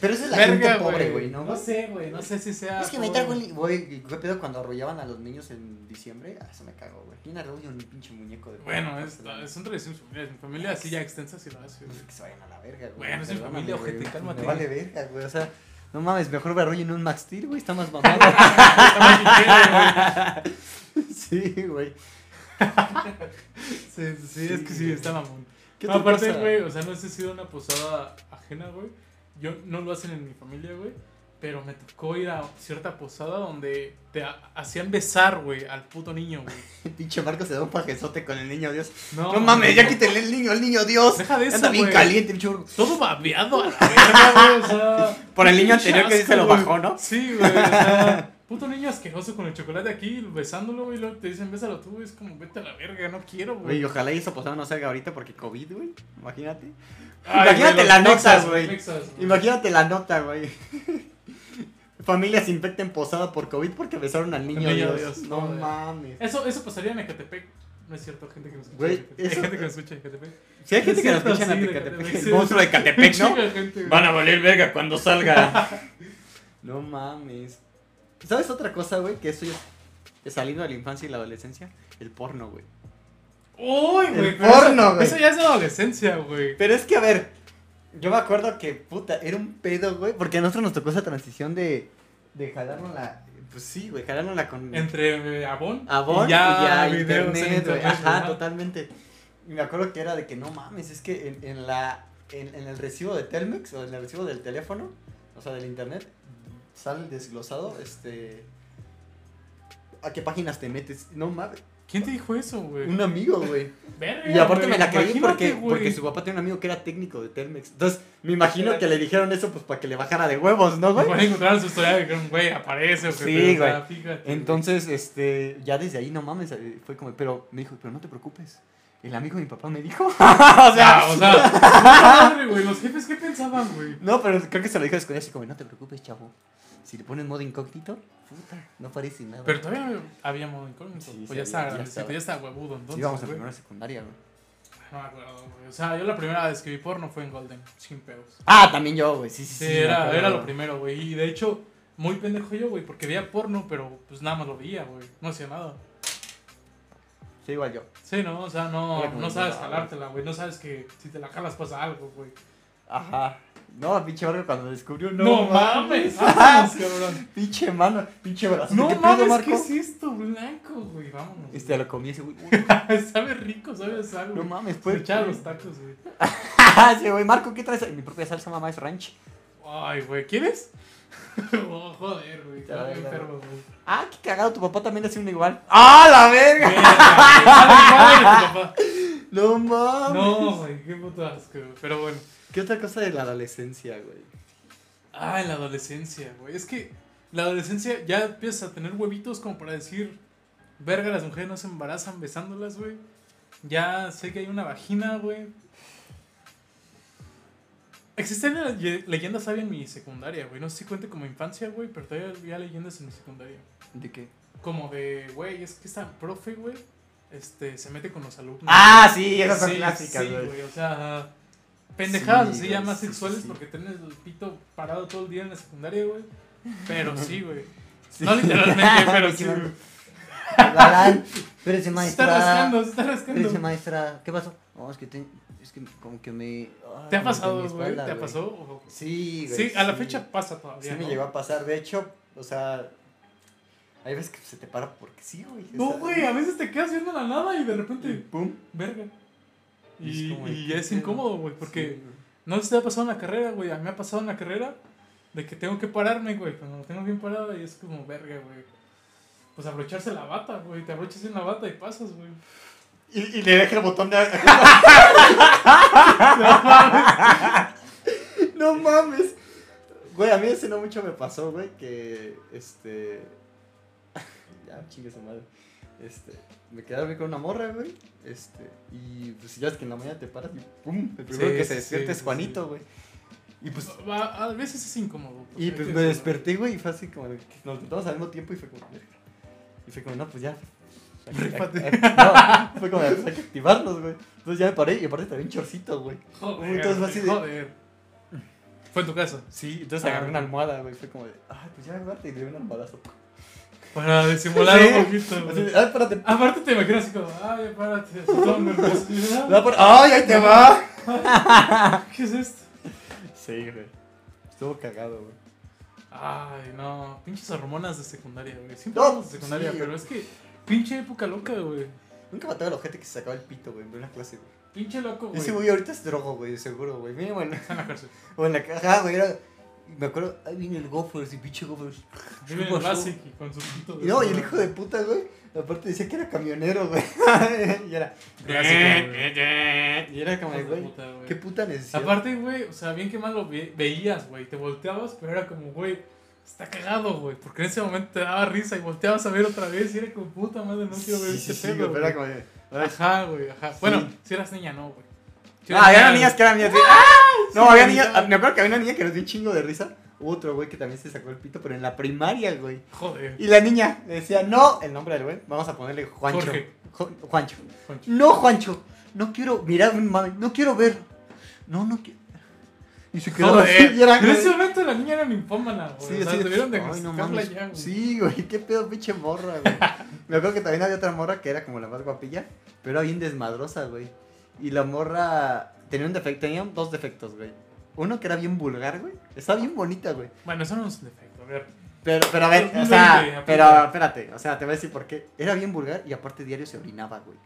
Speaker 1: pero esa es la gente pobre, güey, ¿no?
Speaker 3: No sé, Ah, güey, no sé si sea.
Speaker 1: Es que me
Speaker 3: pobre.
Speaker 1: trajo el. Güey, ¿qué pedo cuando arrollaban a los niños en diciembre? Ah, eso me cagó, güey. Bien arrollo un pinche muñeco de.
Speaker 3: Bueno, es,
Speaker 1: Entonces, la-
Speaker 3: es un tradición familiar, mi familia así ya extensa si lo hace, *laughs* güey.
Speaker 1: pues, Que se vayan a la verga, güey.
Speaker 3: Bueno, es mi
Speaker 1: Perdóname,
Speaker 3: familia,
Speaker 1: güey, pues,
Speaker 3: ojete, cálmate.
Speaker 1: Me vale verga, güey. O sea, no mames, mejor me arrollen un Max Steel, güey. Está más
Speaker 3: *laughs*
Speaker 1: mamado.
Speaker 3: Está más ligero, güey.
Speaker 1: sí, güey.
Speaker 3: Sí, sí, es que sí,
Speaker 1: güey.
Speaker 3: está mamón.
Speaker 1: ¿Qué
Speaker 3: No,
Speaker 1: te
Speaker 3: aparte,
Speaker 1: pasa?
Speaker 3: güey, o sea, no sé si era una posada ajena, güey. Yo no lo hacen en mi familia, güey. Pero me tocó ir a cierta posada donde te ha- hacían besar, güey, al puto niño, güey.
Speaker 1: Pinche Marco se da un pajezote con el niño Dios.
Speaker 3: No,
Speaker 1: No, mames, ya quítenle el niño, el niño Dios.
Speaker 3: Deja de eso,
Speaker 1: Anda bien
Speaker 3: güey.
Speaker 1: caliente, pinche burro.
Speaker 3: Todo *laughs* babeado a la verga, güey, o sea.
Speaker 1: Por el niño
Speaker 3: pinche
Speaker 1: anterior que sí se lo
Speaker 3: güey.
Speaker 1: bajó, ¿no?
Speaker 3: Sí, güey,
Speaker 1: *laughs*
Speaker 3: o sea. Puto niño asqueroso con el chocolate aquí, besándolo, güey. y luego Te dicen, bésalo tú, güey. Es como, vete a la verga, no quiero, güey.
Speaker 1: Güey, ojalá y esa posada no salga ahorita porque COVID, güey. Imagínate.
Speaker 3: Ay,
Speaker 1: imagínate
Speaker 3: güey, los
Speaker 1: la nota,
Speaker 3: Texas,
Speaker 1: güey.
Speaker 3: Texas, güey.
Speaker 1: Imagínate la nota, güey. *laughs* Familias infecten posada por COVID porque besaron al niño
Speaker 3: Al niño
Speaker 1: Dios.
Speaker 3: Dios,
Speaker 1: No
Speaker 3: joder.
Speaker 1: mames.
Speaker 3: Eso, eso pasaría en Ecatepec. No es cierto, gente que nos escucha.
Speaker 1: Güey,
Speaker 3: en Ecatepec.
Speaker 1: eso-
Speaker 3: Hay gente que nos escucha en Ecatepec.
Speaker 1: Si hay gente
Speaker 3: Es
Speaker 1: que nos
Speaker 3: cierto,
Speaker 1: escucha en
Speaker 3: sí, de
Speaker 1: Ecatepec,
Speaker 3: Ecatepec,
Speaker 1: el monstruo de Ecatepec,
Speaker 3: *laughs* Un
Speaker 1: ¿no?
Speaker 3: chingo de gente, güey.
Speaker 1: a valer verga cuando salga. no mames. ¿Sabes otra cosa, güey? Que eso ya saliendo de la infancia y la adolescencia, el porno, güey.
Speaker 3: Uy,
Speaker 1: El
Speaker 3: güey. pero
Speaker 1: porno,
Speaker 3: eso-
Speaker 1: güey.
Speaker 3: Eso ya es adolescencia, güey.
Speaker 1: Pero es que, a ver, yo me acuerdo que, puta, era un pedo, güey, porque a nosotros nos tocó esa transición de, de la pues sí, güey, jalárnosla con
Speaker 3: Entre eh, Avon,
Speaker 1: Avon y ya, internet, güey, ajá,
Speaker 3: ajá.
Speaker 1: totalmente. Y me acuerdo que era de que, no mames, es que en, en la, en, en el recibo de Telmex o en el recibo del teléfono, o sea, del internet, sale desglosado, este, a qué páginas te metes, no mames,
Speaker 3: ¿Quién te dijo eso, güey?
Speaker 1: un amigo, güey.
Speaker 3: Verga,
Speaker 1: Y aparte me
Speaker 3: güey,
Speaker 1: la creí
Speaker 3: imagínate,
Speaker 1: porque,
Speaker 3: güey.
Speaker 1: porque su papá tiene un amigo que era técnico de Telmex. Entonces, me imagino que le dijeron eso pues para que le bajara de huevos, ¿no,
Speaker 3: Igual
Speaker 1: güey?
Speaker 3: encontraron su historia de que un güey aparece, o que
Speaker 1: Sí,
Speaker 3: te- o sea,
Speaker 1: güey.
Speaker 3: fíjate.
Speaker 1: Entonces, este, ya desde ahí, no mames, eh, fue como, pero me dijo, pero no te preocupes. El amigo de mi papá me dijo. *laughs* o
Speaker 3: O sea,
Speaker 1: sea,
Speaker 3: Ah, o sea, madre, güey, los jefes, ¿qué pensaban, güey?
Speaker 1: no, pero creo que se lo dijo escondido así como, no te preocupes, chavo. Si le pones modo incógnito, puta, no parecí nada.
Speaker 3: Pero todavía había modo incógnito.
Speaker 1: Sí,
Speaker 3: pues ya
Speaker 1: sí,
Speaker 3: está,
Speaker 1: había, ya
Speaker 3: grandecito,
Speaker 1: estaba.
Speaker 3: ya está huevudo. Entonces,
Speaker 1: Íbamos en
Speaker 3: güey.
Speaker 1: primera secundaria, güey.
Speaker 3: No me acuerdo, güey. O sea, yo la primera vez que vi porno fue en Golden, sin pedos.
Speaker 1: Ah, también yo, güey. Sí, sí,
Speaker 3: Sí,
Speaker 1: sí. me
Speaker 3: era,
Speaker 1: acuerdo.
Speaker 3: era lo primero, güey. Y de hecho, muy pendejo yo, güey, porque veía porno, pero pues nada más lo veía, güey. No hacía nada.
Speaker 1: Sí, igual yo.
Speaker 3: Sí, no, o sea,
Speaker 1: Era
Speaker 3: no,
Speaker 1: como
Speaker 3: no
Speaker 1: de
Speaker 3: sabes
Speaker 1: nada.
Speaker 3: jalártela, güey. No sabes que si te la jalas pasa algo, güey.
Speaker 1: Ajá. No, pinche barrio cuando descubrió. No,
Speaker 3: No, mames,
Speaker 1: Ah,
Speaker 3: vámonos, cabrón.
Speaker 1: pinche mano, pinche brazo.
Speaker 3: No
Speaker 1: ¿Qué pedo,
Speaker 3: mames,
Speaker 1: Marco?
Speaker 3: ¿qué es esto, blanco, güey? Vámonos.
Speaker 1: Y se lo comí ese güey. Uy,
Speaker 3: güey. *laughs* sabe rico, sabe a sal,
Speaker 1: No
Speaker 3: güey.
Speaker 1: mames,
Speaker 3: Se
Speaker 1: fue.
Speaker 3: echaba
Speaker 1: *laughs*
Speaker 3: los tacos, güey.
Speaker 1: Ajá, sí, güey. Marco, ¿qué traes? Mi propia salsa, mamá, es ranch.
Speaker 3: Ay, güey, ¿quieres? *laughs* oh, joder, güey,
Speaker 1: Ya,
Speaker 3: está
Speaker 1: ya, ya.
Speaker 3: enfermo, güey.
Speaker 1: Ah, qué cagado, tu papá también hace una igual. ¡Ah, la verga!
Speaker 3: Verga, güey. Madre, madre, tu
Speaker 1: *laughs* No
Speaker 3: papá.
Speaker 1: mames.
Speaker 3: No, güey, qué puto asco, güey. Pero bueno.
Speaker 1: ¿Qué otra cosa de la adolescencia, güey?
Speaker 3: Ah, en la adolescencia, güey. Es que la adolescencia ya empiezas a tener huevitos como para decir, verga, las mujeres no se embarazan besándolas, güey. Ya sé que hay una vagina, güey. Existen le- leyendas, había en mi secundaria, güey. No sé si cuente como infancia, güey, pero todavía había leyendas en mi secundaria.
Speaker 1: ¿De qué?
Speaker 3: Como de, güey, es que esta profe, güey, este, se mete con los alumnos.
Speaker 1: Ah, sí, esas son
Speaker 3: Sí,
Speaker 1: clásicas,
Speaker 3: sí,
Speaker 1: güey.
Speaker 3: güey. O sea, pendejadas
Speaker 1: Sí,
Speaker 3: así
Speaker 1: güey,
Speaker 3: ya más
Speaker 1: sí, sí,
Speaker 3: sexuales
Speaker 1: sí.
Speaker 3: porque tienes el pito parado todo el día en la secundaria, güey. Pero
Speaker 1: *laughs*
Speaker 3: sí, güey.
Speaker 1: Sí. *laughs*
Speaker 3: No literalmente, pero
Speaker 1: Pinche
Speaker 3: sí,
Speaker 1: mano.
Speaker 3: *laughs* güey.
Speaker 1: La Lan, espérese,
Speaker 3: Se está
Speaker 1: maestra.
Speaker 3: rascando, se está
Speaker 1: Espérese,
Speaker 3: rascando.
Speaker 1: maestra. ¿Qué pasó? No, es que te- es que como que me. ay,
Speaker 3: ¿Te
Speaker 1: como que
Speaker 3: ha
Speaker 1: mi
Speaker 3: pasado, güey?
Speaker 1: espalda,
Speaker 3: ¿Te ha pasado? O-
Speaker 1: Sí, güey.
Speaker 3: Sí, a la
Speaker 1: sí.
Speaker 3: fecha pasa
Speaker 1: Sí,
Speaker 3: todavía.
Speaker 1: me
Speaker 3: ¿no?
Speaker 1: llegó a pasar. De hecho, o sea. Hay veces que se te para porque sí, güey. o
Speaker 3: No,
Speaker 1: sea,
Speaker 3: güey, a veces te quedas viendo la nada y de
Speaker 1: y
Speaker 3: repente,
Speaker 1: ¡Pum!
Speaker 3: verga.
Speaker 1: Y es
Speaker 3: Y,
Speaker 1: como de,
Speaker 3: y
Speaker 1: ¿qué
Speaker 3: es
Speaker 1: pedo?
Speaker 3: incómodo, güey, porque
Speaker 1: Sí, güey.
Speaker 3: No sé si te ha pasado en la carrera, güey. A mí me ha pasado en la carrera de que tengo que pararme, güey. Cuando lo tengo bien parado y es como, verga, güey. Pues abrocharse la bata, güey. Te abrochas en la bata y pasas, güey.
Speaker 1: Y,
Speaker 3: *laughs*
Speaker 1: y le deja el botón de. no mames. Güey, a mí hace no mucho me pasó, güey, que este. *laughs* ya, chingue su madre. Este. Me quedaba bien con una morra, güey. Este. Y pues ya es que en la mañana te paras y ¡pum! El primero
Speaker 3: Sí,
Speaker 1: que
Speaker 3: sí,
Speaker 1: se despierta
Speaker 3: sí,
Speaker 1: es
Speaker 3: sí,
Speaker 1: Juanito, güey. Y pues.
Speaker 3: A, a veces es incómodo.
Speaker 1: Y pues
Speaker 3: hay
Speaker 1: me
Speaker 3: que
Speaker 1: desperté, güey, y fue así como. de que Nos levantamos al mismo tiempo y fue como. "Verga". Y fue como, no, pues ya. Hay que-
Speaker 3: Rífate.
Speaker 1: *laughs* hay- No, fue como, de, pues hay que activarnos, güey. Entonces ya me paré y aparte también chorcito, güey.
Speaker 3: decirlo.
Speaker 1: Uy,
Speaker 3: Joder,
Speaker 1: entonces fue así de-
Speaker 3: joder. Fue en tu casa.
Speaker 1: Sí, entonces agarré una almohada, güey. Fue como de, ah, pues ya agarrarte y le di un almohadazo.
Speaker 3: Para
Speaker 1: *laughs*
Speaker 3: disimular
Speaker 1: Sí.
Speaker 3: un poquito,
Speaker 1: Así
Speaker 3: güey.
Speaker 1: de, ah, espérate.
Speaker 3: Aparte te imaginas así como, ay, párate, así todo nervioso. Y yo,
Speaker 1: No, por- ¡Ay, ahí te va!
Speaker 3: "Ah, ¿Qué es esto?
Speaker 1: Sí, güey. Estuvo cagado, güey.
Speaker 3: Ay, no, pinches hormonas de secundaria, güey. Siempre
Speaker 1: No,
Speaker 3: hablamos de secundaria,
Speaker 1: sí.
Speaker 3: pero es que pinche época loca, güey.
Speaker 1: Nunca mataba a la gente que se sacaba el pito, güey, en una clase, güey.
Speaker 3: Pinche loco, güey.
Speaker 1: Ese güey ahorita es drogo, güey, de seguro, güey. Mínimo en,
Speaker 3: Está en la cárcel.
Speaker 1: *laughs* o en la caja, güey, era... Me acuerdo, ahí viene el Gophers y pinche Gophers.
Speaker 3: Vive en
Speaker 1: pasó?
Speaker 3: Vlasic y con su pito.
Speaker 1: Y no, y el hijo de puta, güey, aparte decía que era camionero, güey. *laughs* y era...
Speaker 3: Eh.
Speaker 1: Y era como, de,
Speaker 3: Hijo de
Speaker 1: güey,
Speaker 3: puta, güey.
Speaker 1: qué puta necesidad.
Speaker 3: Aparte, güey, o sea, bien que mal lo ve- veías, güey. Te volteabas, pero era como, güey, está cagado, güey. Porque en ese momento te daba risa y volteabas a ver otra vez y era como, puta madre, no quiero ver
Speaker 1: sí, sí,
Speaker 3: este
Speaker 1: sí,
Speaker 3: pedo.
Speaker 1: güey, pero era
Speaker 3: güey. Ah,
Speaker 1: como de, ay,
Speaker 3: Ajá, güey, ajá.
Speaker 1: Sí.
Speaker 3: Bueno, si eras niña, no, güey. Si eras
Speaker 1: Ah, eran
Speaker 3: niña,
Speaker 1: niñas que eran niñas. sí. no,
Speaker 3: Ah, sí,
Speaker 1: había
Speaker 3: ya.
Speaker 1: niñas. Me acuerdo que había una niña que nos dio un chingo de risa. Hubo otro güey que también se sacó el pito, pero en la primaria, güey.
Speaker 3: Joder.
Speaker 1: Y la niña le decía, no, el nombre del güey, vamos a ponerle Juancho.
Speaker 3: Jorge.
Speaker 1: Jo- Juancho.
Speaker 3: Juancho.
Speaker 1: No, Juancho. No quiero mirar, mami, no quiero ver. No, no quiero. Y se quedó
Speaker 3: Joder.
Speaker 1: así. Y era
Speaker 3: en
Speaker 1: como-
Speaker 3: ese momento la niña era ninfómana, güey.
Speaker 1: Sí,
Speaker 3: o sea,
Speaker 1: así de,
Speaker 3: debieron de
Speaker 1: "Ay, no
Speaker 3: castigarla
Speaker 1: mames".
Speaker 3: ya, güey.
Speaker 1: Sí, güey, qué pedo pinche morra, güey. Me acuerdo que también había otra morra que era como la más guapilla, pero era bien desmadrosa, güey. Y la morra tenía un defecto, tenía dos defectos, güey. Uno que era bien vulgar, güey. Estaba bien bonita, güey.
Speaker 3: Bueno, eso no es un defecto, a ver.
Speaker 1: Pero, pero a ver, o
Speaker 3: 2020,
Speaker 1: sea,
Speaker 3: aplica.
Speaker 1: pero espérate, o sea, te voy a decir por qué. Era bien vulgar y aparte diario se orinaba, güey.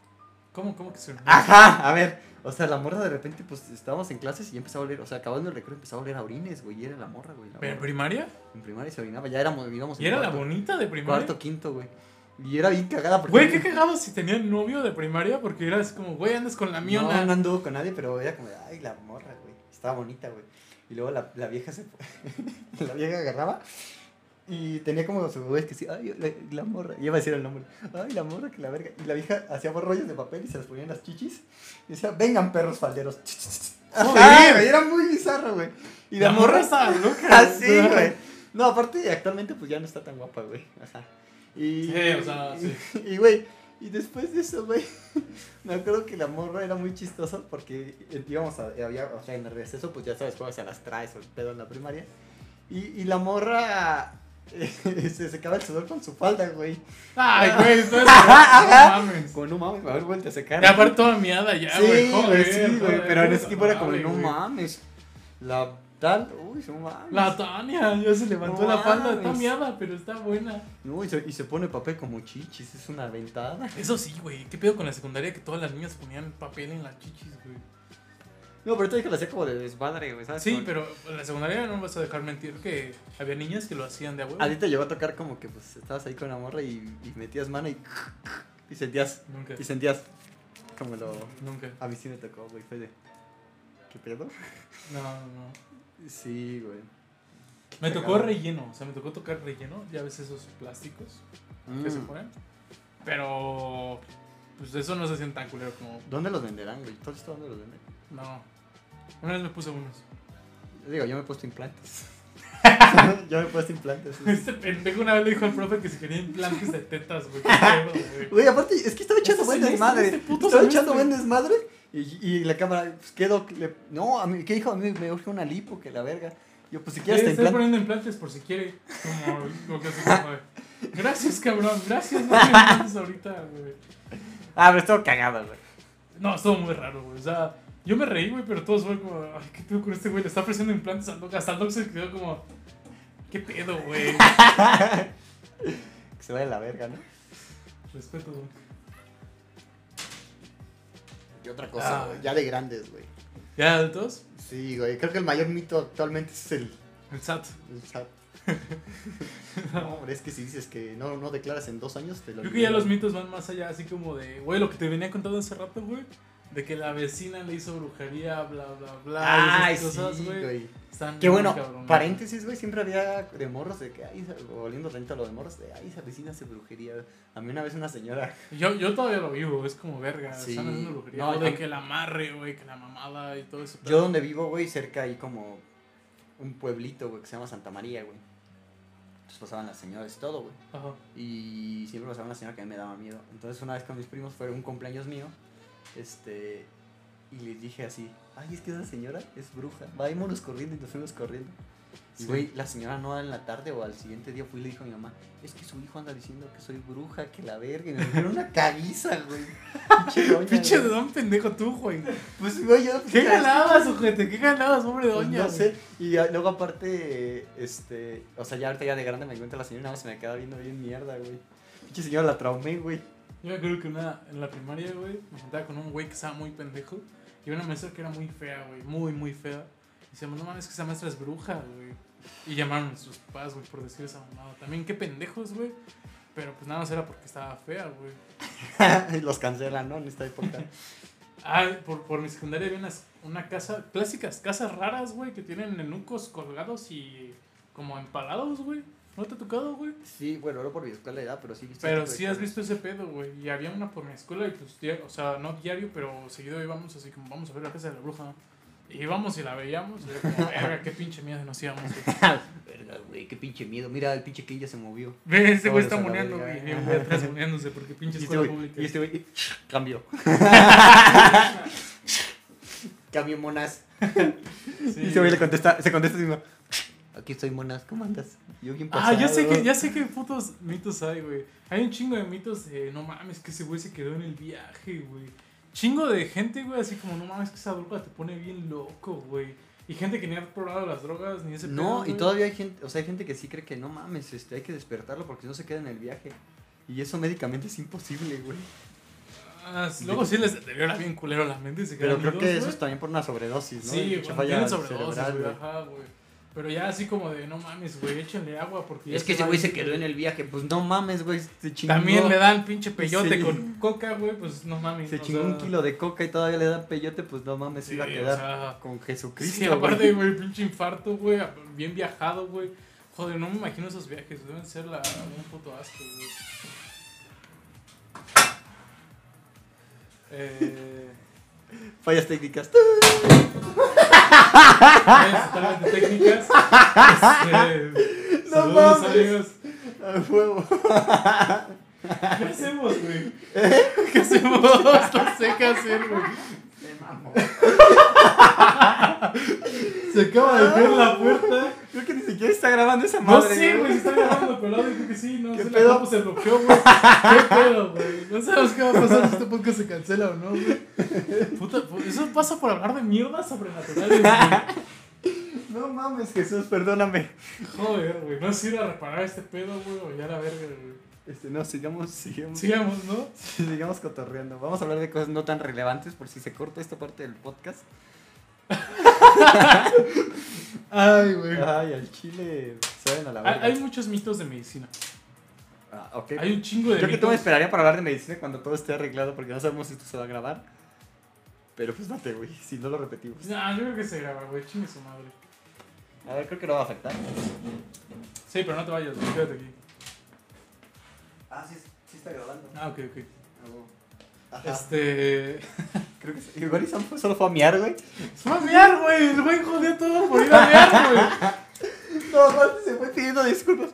Speaker 3: ¿Cómo, cómo que se
Speaker 1: Ah. Ajá, a ver. O sea, la morra de repente, pues estábamos en clases y ya empezaba a oler, o sea, acabando el recreo empezaba a oler a orines, güey. Y era la morra, güey. la
Speaker 3: ¿Pero en
Speaker 1: morra.
Speaker 3: primaria?
Speaker 1: En primaria se orinaba, ya éramos, íbamos
Speaker 3: ¿Y
Speaker 1: en
Speaker 3: era la
Speaker 1: cuarto.
Speaker 3: bonita de primaria?
Speaker 1: Cuarto, quinto, güey. Y era bien cagada porque.
Speaker 3: Güey, qué cagado si tenía novio de primaria porque eras como, güey, andas con la miona.
Speaker 1: No, no anduvo con nadie, pero era como, de, ay, la morra, güey. Estaba bonita, güey. Y luego la, la vieja se. *laughs* la vieja agarraba. Y tenía como su güey que sí, ay, la, la morra. Y iba a decir el nombre. Ay, la morra, que la verga. Y la vieja hacía rollos de papel y se las ponía en las chichis. Y decía, vengan perros falderos. Ajá, *laughs*
Speaker 3: Joder.
Speaker 1: güey, era muy bizarro, güey. Y *laughs*
Speaker 3: Y la morra estaba loca.
Speaker 1: Así, Ah, güey. No, aparte, actualmente pues ya no está tan guapa, güey. Ajá. Y,
Speaker 3: Sí, o sea, sí.
Speaker 1: *laughs* Y, güey, y después de eso, güey, *laughs* me acuerdo que la morra era muy chistosa porque eh, íbamos a, había, o sea, en el receso, pues ya sabes, juegas a las traes o el pedo en la primaria. Y, y la morra eh, *laughs* se secaba el sudor con su falda, güey.
Speaker 3: Ay, güey, no es-
Speaker 1: Ah. *laughs* Ajá.
Speaker 3: no mames.
Speaker 1: Como, no mames, a ver, vuelta a secar.
Speaker 3: Ya aparte toda miada ya, güey.
Speaker 1: Sí, güey,
Speaker 3: joder,
Speaker 1: sí, güey,
Speaker 3: joder,
Speaker 1: pero en ese
Speaker 3: puta
Speaker 1: tiempo era como,
Speaker 3: madre,
Speaker 1: no
Speaker 3: güey.
Speaker 1: mames, la tal, uy, no mames.
Speaker 3: La Tania, ya se levantó
Speaker 1: No
Speaker 3: la falda, está
Speaker 1: mames.
Speaker 3: miada, pero está buena.
Speaker 1: No, y se, y se pone papel como chichis, es una ventada.
Speaker 3: Eso sí, güey, ¿qué pedo con la secundaria que todas las niñas ponían papel en las chichis, güey?
Speaker 1: No, pero tú que lo hacía como de desmadre, güey, ¿sabes?
Speaker 3: Sí,
Speaker 1: Como-
Speaker 3: pero en la secundaria no me vas a dejar mentir que había niñas que lo hacían de a huevo.
Speaker 1: A ti te llegó a tocar como que pues estabas ahí con la morra y, y metías mano y, y sentías,
Speaker 3: Nunca,
Speaker 1: y sentías como lo...
Speaker 3: nunca.
Speaker 1: A mí sí me tocó, güey, fue de... ¿Qué pedo?
Speaker 3: No, no, no.
Speaker 1: Sí, güey.
Speaker 3: Me
Speaker 1: Cagado.
Speaker 3: tocó relleno, o sea, me tocó tocar relleno, ya ves esos plásticos que se
Speaker 1: Mm.
Speaker 3: ponen. Pero, pues eso no se hacían tan culero como,
Speaker 1: ¿Dónde los venderán, güey? ¿Todo esto dónde los venden?
Speaker 3: no. Una vez me puse *laughs* unos.
Speaker 1: Digo, yo me he puesto *laughs* implantes. yo me he puesto implantes. sí, sí.
Speaker 3: Este pendejo una vez le dijo al profe que se quería implantes de tetas, *laughs* güey. qué pedo, güey.
Speaker 1: Güey, aparte, es que estaba echando
Speaker 3: Este
Speaker 1: buen
Speaker 3: semestre,
Speaker 1: desmadre.
Speaker 3: este puto
Speaker 1: estaba
Speaker 3: semestre.
Speaker 1: echando buen desmadre. Y, y la cámara, pues quedó. le- no, a mí, ¿qué dijo? A mí me urge una lipo, que la verga. Yo, pues si
Speaker 3: Ya
Speaker 1: quieres te
Speaker 3: está
Speaker 1: implanto.
Speaker 3: poniendo implantes por si quiere. Como lo que hace como de, Gracias, cabrón. Gracias, no me implantes ahorita, güey.
Speaker 1: Ah, pero estuvo cagado, güey. *laughs*
Speaker 3: No, estuvo muy raro, güey. O sea, yo me reí, güey, pero todos fueron como, ay, ¿qué pedo con este güey? Le está ofreciendo implantes al Doc. Hasta el Doc se quedó como, ¿qué pedo, güey?
Speaker 1: Que se vaya la verga, ¿no?
Speaker 3: Respeto, Doc.
Speaker 1: Y otra
Speaker 3: cosa,
Speaker 1: cosa,
Speaker 3: güey,
Speaker 1: ya de grandes, güey.
Speaker 3: ¿Ya adultos?
Speaker 1: Sí, güey. Creo que el mayor mito actualmente es el,
Speaker 3: El SAT.
Speaker 1: el chat. *laughs* no, hombre, es que si dices que no, no declaras en dos años, te lo.
Speaker 3: Creo que ya los
Speaker 1: eliminan.
Speaker 3: mitos van más allá, así como de, güey, lo que te venía contando hace rato, güey. De que la vecina le hizo brujería, bla, bla, bla. y
Speaker 1: Ay,
Speaker 3: esas cosas,
Speaker 1: sí, güey.
Speaker 3: Están
Speaker 1: Que
Speaker 3: muy
Speaker 1: bueno,
Speaker 3: cabrones.
Speaker 1: paréntesis, güey, siempre había de morros de que, ay, esa- volviendo tanto a lo de morros, de, ay, esa vecina hace brujería. A mí una vez una señora,
Speaker 3: Yo, yo todavía lo vivo, es como verga,
Speaker 1: Sí.
Speaker 3: están haciendo brujería.
Speaker 1: No,
Speaker 3: o de
Speaker 1: yo-
Speaker 3: que la amarre, güey, que la mamada y todo eso.
Speaker 1: yo donde vivo, güey, cerca hay como un pueblito, güey, que se llama Santa María, güey. Entonces pasaban las señoras y todo, güey.
Speaker 3: Ajá.
Speaker 1: Y siempre pasaba una señora que a mí me daba miedo. Entonces una vez con mis primos fue un cumpleaños mío, este, y les dije así, ay, es que esa señora es bruja, vámonos corriendo y nos fuimos corriendo. Y
Speaker 3: Sí.
Speaker 1: güey, la señora no en la tarde o al siguiente día fui y le dijo a mi mamá, es que su hijo anda diciendo que soy bruja, que la verga, y me dieron una caguiza, güey. *laughs* Pinche doña,
Speaker 3: Pinche de
Speaker 1: güey.
Speaker 3: don pendejo tú, güey.
Speaker 1: Pues güey, yo
Speaker 3: ¿Qué ganabas, ojete? ¿Qué ganabas, hombre
Speaker 1: Pues
Speaker 3: doña?
Speaker 1: no
Speaker 3: güey?
Speaker 1: sé. Y ah, luego aparte, este, o sea, ya ahorita ya de grande me encuentro la señora y nada más se me queda viendo bien mierda, güey. Pinche señora la traumé, güey.
Speaker 3: Yo me acuerdo que una, en la primaria, güey, me juntaba con un güey que estaba muy pendejo. Y una maestra que era muy fea, güey, muy, muy fea. Y decíamos, no mames, que esa maestra es bruja, güey. Y llamaron a sus papás, güey, por decir esa mamada. También, qué pendejos, güey. Pero pues nada más era porque estaba fea,
Speaker 1: *laughs*
Speaker 3: güey.
Speaker 1: Y Los cancelan, ¿no? En esta época.
Speaker 3: Ah, por, por mi secundaria había unas, una casa, clásicas casas raras, güey, que tienen enucos colgados y como empalados, güey. ¿No te ha tocado, güey?
Speaker 1: Sí, bueno, no por mi escuela de edad, pero sí. he visto ese
Speaker 3: Pero
Speaker 1: tipo de
Speaker 3: sí has
Speaker 1: cosas. *laughs*
Speaker 3: visto ese pedo, güey. Y había una por mi escuela y pues, di- o sea, no diario, pero seguido íbamos así como, vamos a ver la casa de la bruja. Y íbamos y la veíamos y era como, verga, qué pinche miedo nos íbamos, *laughs* güey.
Speaker 1: Ah, Verga, güey, qué pinche miedo. Mira, el pinche King ya se movió.
Speaker 3: Ve, este güey está
Speaker 1: Todos a la
Speaker 3: moneando,
Speaker 1: verga.
Speaker 3: güey. Y un güey atrás moneándose porque pinche
Speaker 1: *laughs* Y este
Speaker 3: escuela
Speaker 1: güey,
Speaker 3: pública.
Speaker 1: y este güey, *laughs* cambio. cambio, monas.
Speaker 3: Sí.
Speaker 1: Y este güey le contesta, se contesta a sí mismo. Aquí estoy, monas, ¿cómo andas? Yo bien pasado.
Speaker 3: Ah, ya sé que, ya sé que putos mitos hay, güey. Hay un chingo de mitos de no mames que ese güey se quedó en el viaje, güey. Chingo de gente, güey, así como no mames que esa droga te pone bien loco, güey. Y gente que ni ha probado las drogas ni ese pedo,
Speaker 1: No, y
Speaker 3: güey.
Speaker 1: todavía hay gente, o sea, hay gente que sí cree que no mames, este, hay que despertarlo porque si no se queda en el viaje. Y eso médicamente es imposible, güey.
Speaker 3: Ah, sí, luego sí les deteriora bien culero la mente y se
Speaker 1: Pero
Speaker 3: quedan
Speaker 1: creo
Speaker 3: idos,
Speaker 1: que eso
Speaker 3: güey.
Speaker 1: es también por una sobredosis, ¿no?
Speaker 3: Sí,
Speaker 1: Mucha
Speaker 3: cuando
Speaker 1: falla
Speaker 3: tienen sobredosis,
Speaker 1: cerebral,
Speaker 3: güey.
Speaker 1: güey.
Speaker 3: Ajá, güey. Pero ya así como de no mames, güey, échenle agua porque ya
Speaker 1: Es que ese
Speaker 3: va a
Speaker 1: güey se
Speaker 3: ir,
Speaker 1: quedó en el viaje, pues no mames, güey, se chingó.
Speaker 3: También le dan pinche peyote
Speaker 1: Sí.
Speaker 3: con coca, güey, pues no mames.
Speaker 1: Se
Speaker 3: o
Speaker 1: chingó
Speaker 3: sea,
Speaker 1: un kilo de coca y todavía le dan peyote, pues no mames,
Speaker 3: sí,
Speaker 1: iba a
Speaker 3: o
Speaker 1: quedar
Speaker 3: sea,
Speaker 1: con
Speaker 3: Sí,
Speaker 1: Jesucristo. güey.
Speaker 3: aparte, güey, pinche infarto, güey, bien viajado, güey. Joder, no me imagino esos viajes, deben ser la, un puto asco, güey. Eh,
Speaker 1: *laughs* Fallas técnicas.
Speaker 3: *laughs* es totalmente técnicas. Este, Saludos,
Speaker 1: mames!
Speaker 3: amigos.
Speaker 1: *laughs* A huevo.
Speaker 4: ¿Qué hacemos, güey?
Speaker 3: *laughs* ¿Qué hacemos? No sé qué hacer, güey.
Speaker 5: Me mamo.
Speaker 3: Se acaba de abrir la puerta.
Speaker 1: Creo que ni siquiera está grabando esa
Speaker 3: No
Speaker 1: madre.
Speaker 3: sé, güey, si está grabando pelado, yo creo que sí, no
Speaker 1: ¿Qué
Speaker 3: sé,
Speaker 1: pedo?
Speaker 3: la compu se bloqueó, güey. ¿Qué pedo, güey? No sabemos qué va a pasar si este podcast se cancela o no, güey. Puta, pu- eso pasa por hablar de mierdas sobrenaturales, güey.
Speaker 1: No mames, Jesús, perdóname.
Speaker 3: Joder, güey, no sé ir a reparar este pedo, güey, o ya la verga, güey.
Speaker 1: Este, no, sigamos, sigamos.
Speaker 3: Sigamos, ¿no?
Speaker 1: Sigamos cotorreando. Vamos a hablar de cosas no tan relevantes por si se corta esta parte del podcast.
Speaker 3: Ay, güey.
Speaker 1: Ay, al chile saben a la
Speaker 3: Hay,
Speaker 1: Ah, verga.
Speaker 3: hay muchos mitos de medicina.
Speaker 1: Ah, ok.
Speaker 3: Hay un chingo de
Speaker 1: Yo que
Speaker 3: mitos.
Speaker 1: tú me esperaría para hablar de medicina cuando todo esté arreglado porque no sabemos si esto se va a grabar. Pero pues date, güey, si no lo repetimos.
Speaker 3: Nah, yo creo que se graba, güey, chingue su madre.
Speaker 1: A ver, creo que no va a afectar.
Speaker 3: Sí, pero no te vayas, güey, quédate aquí.
Speaker 1: Ah, sí, sí está grabando. Ah,
Speaker 3: Ah, ok, ok.
Speaker 1: Ajá.
Speaker 3: Este.
Speaker 1: Creo que sí. Igual y Sam fue- solo fue a miar, güey.
Speaker 3: *laughs* Se va a mear, güey. El güey jodió todo por ir a mear, güey.
Speaker 1: No, no, se fue pidiendo disculpas.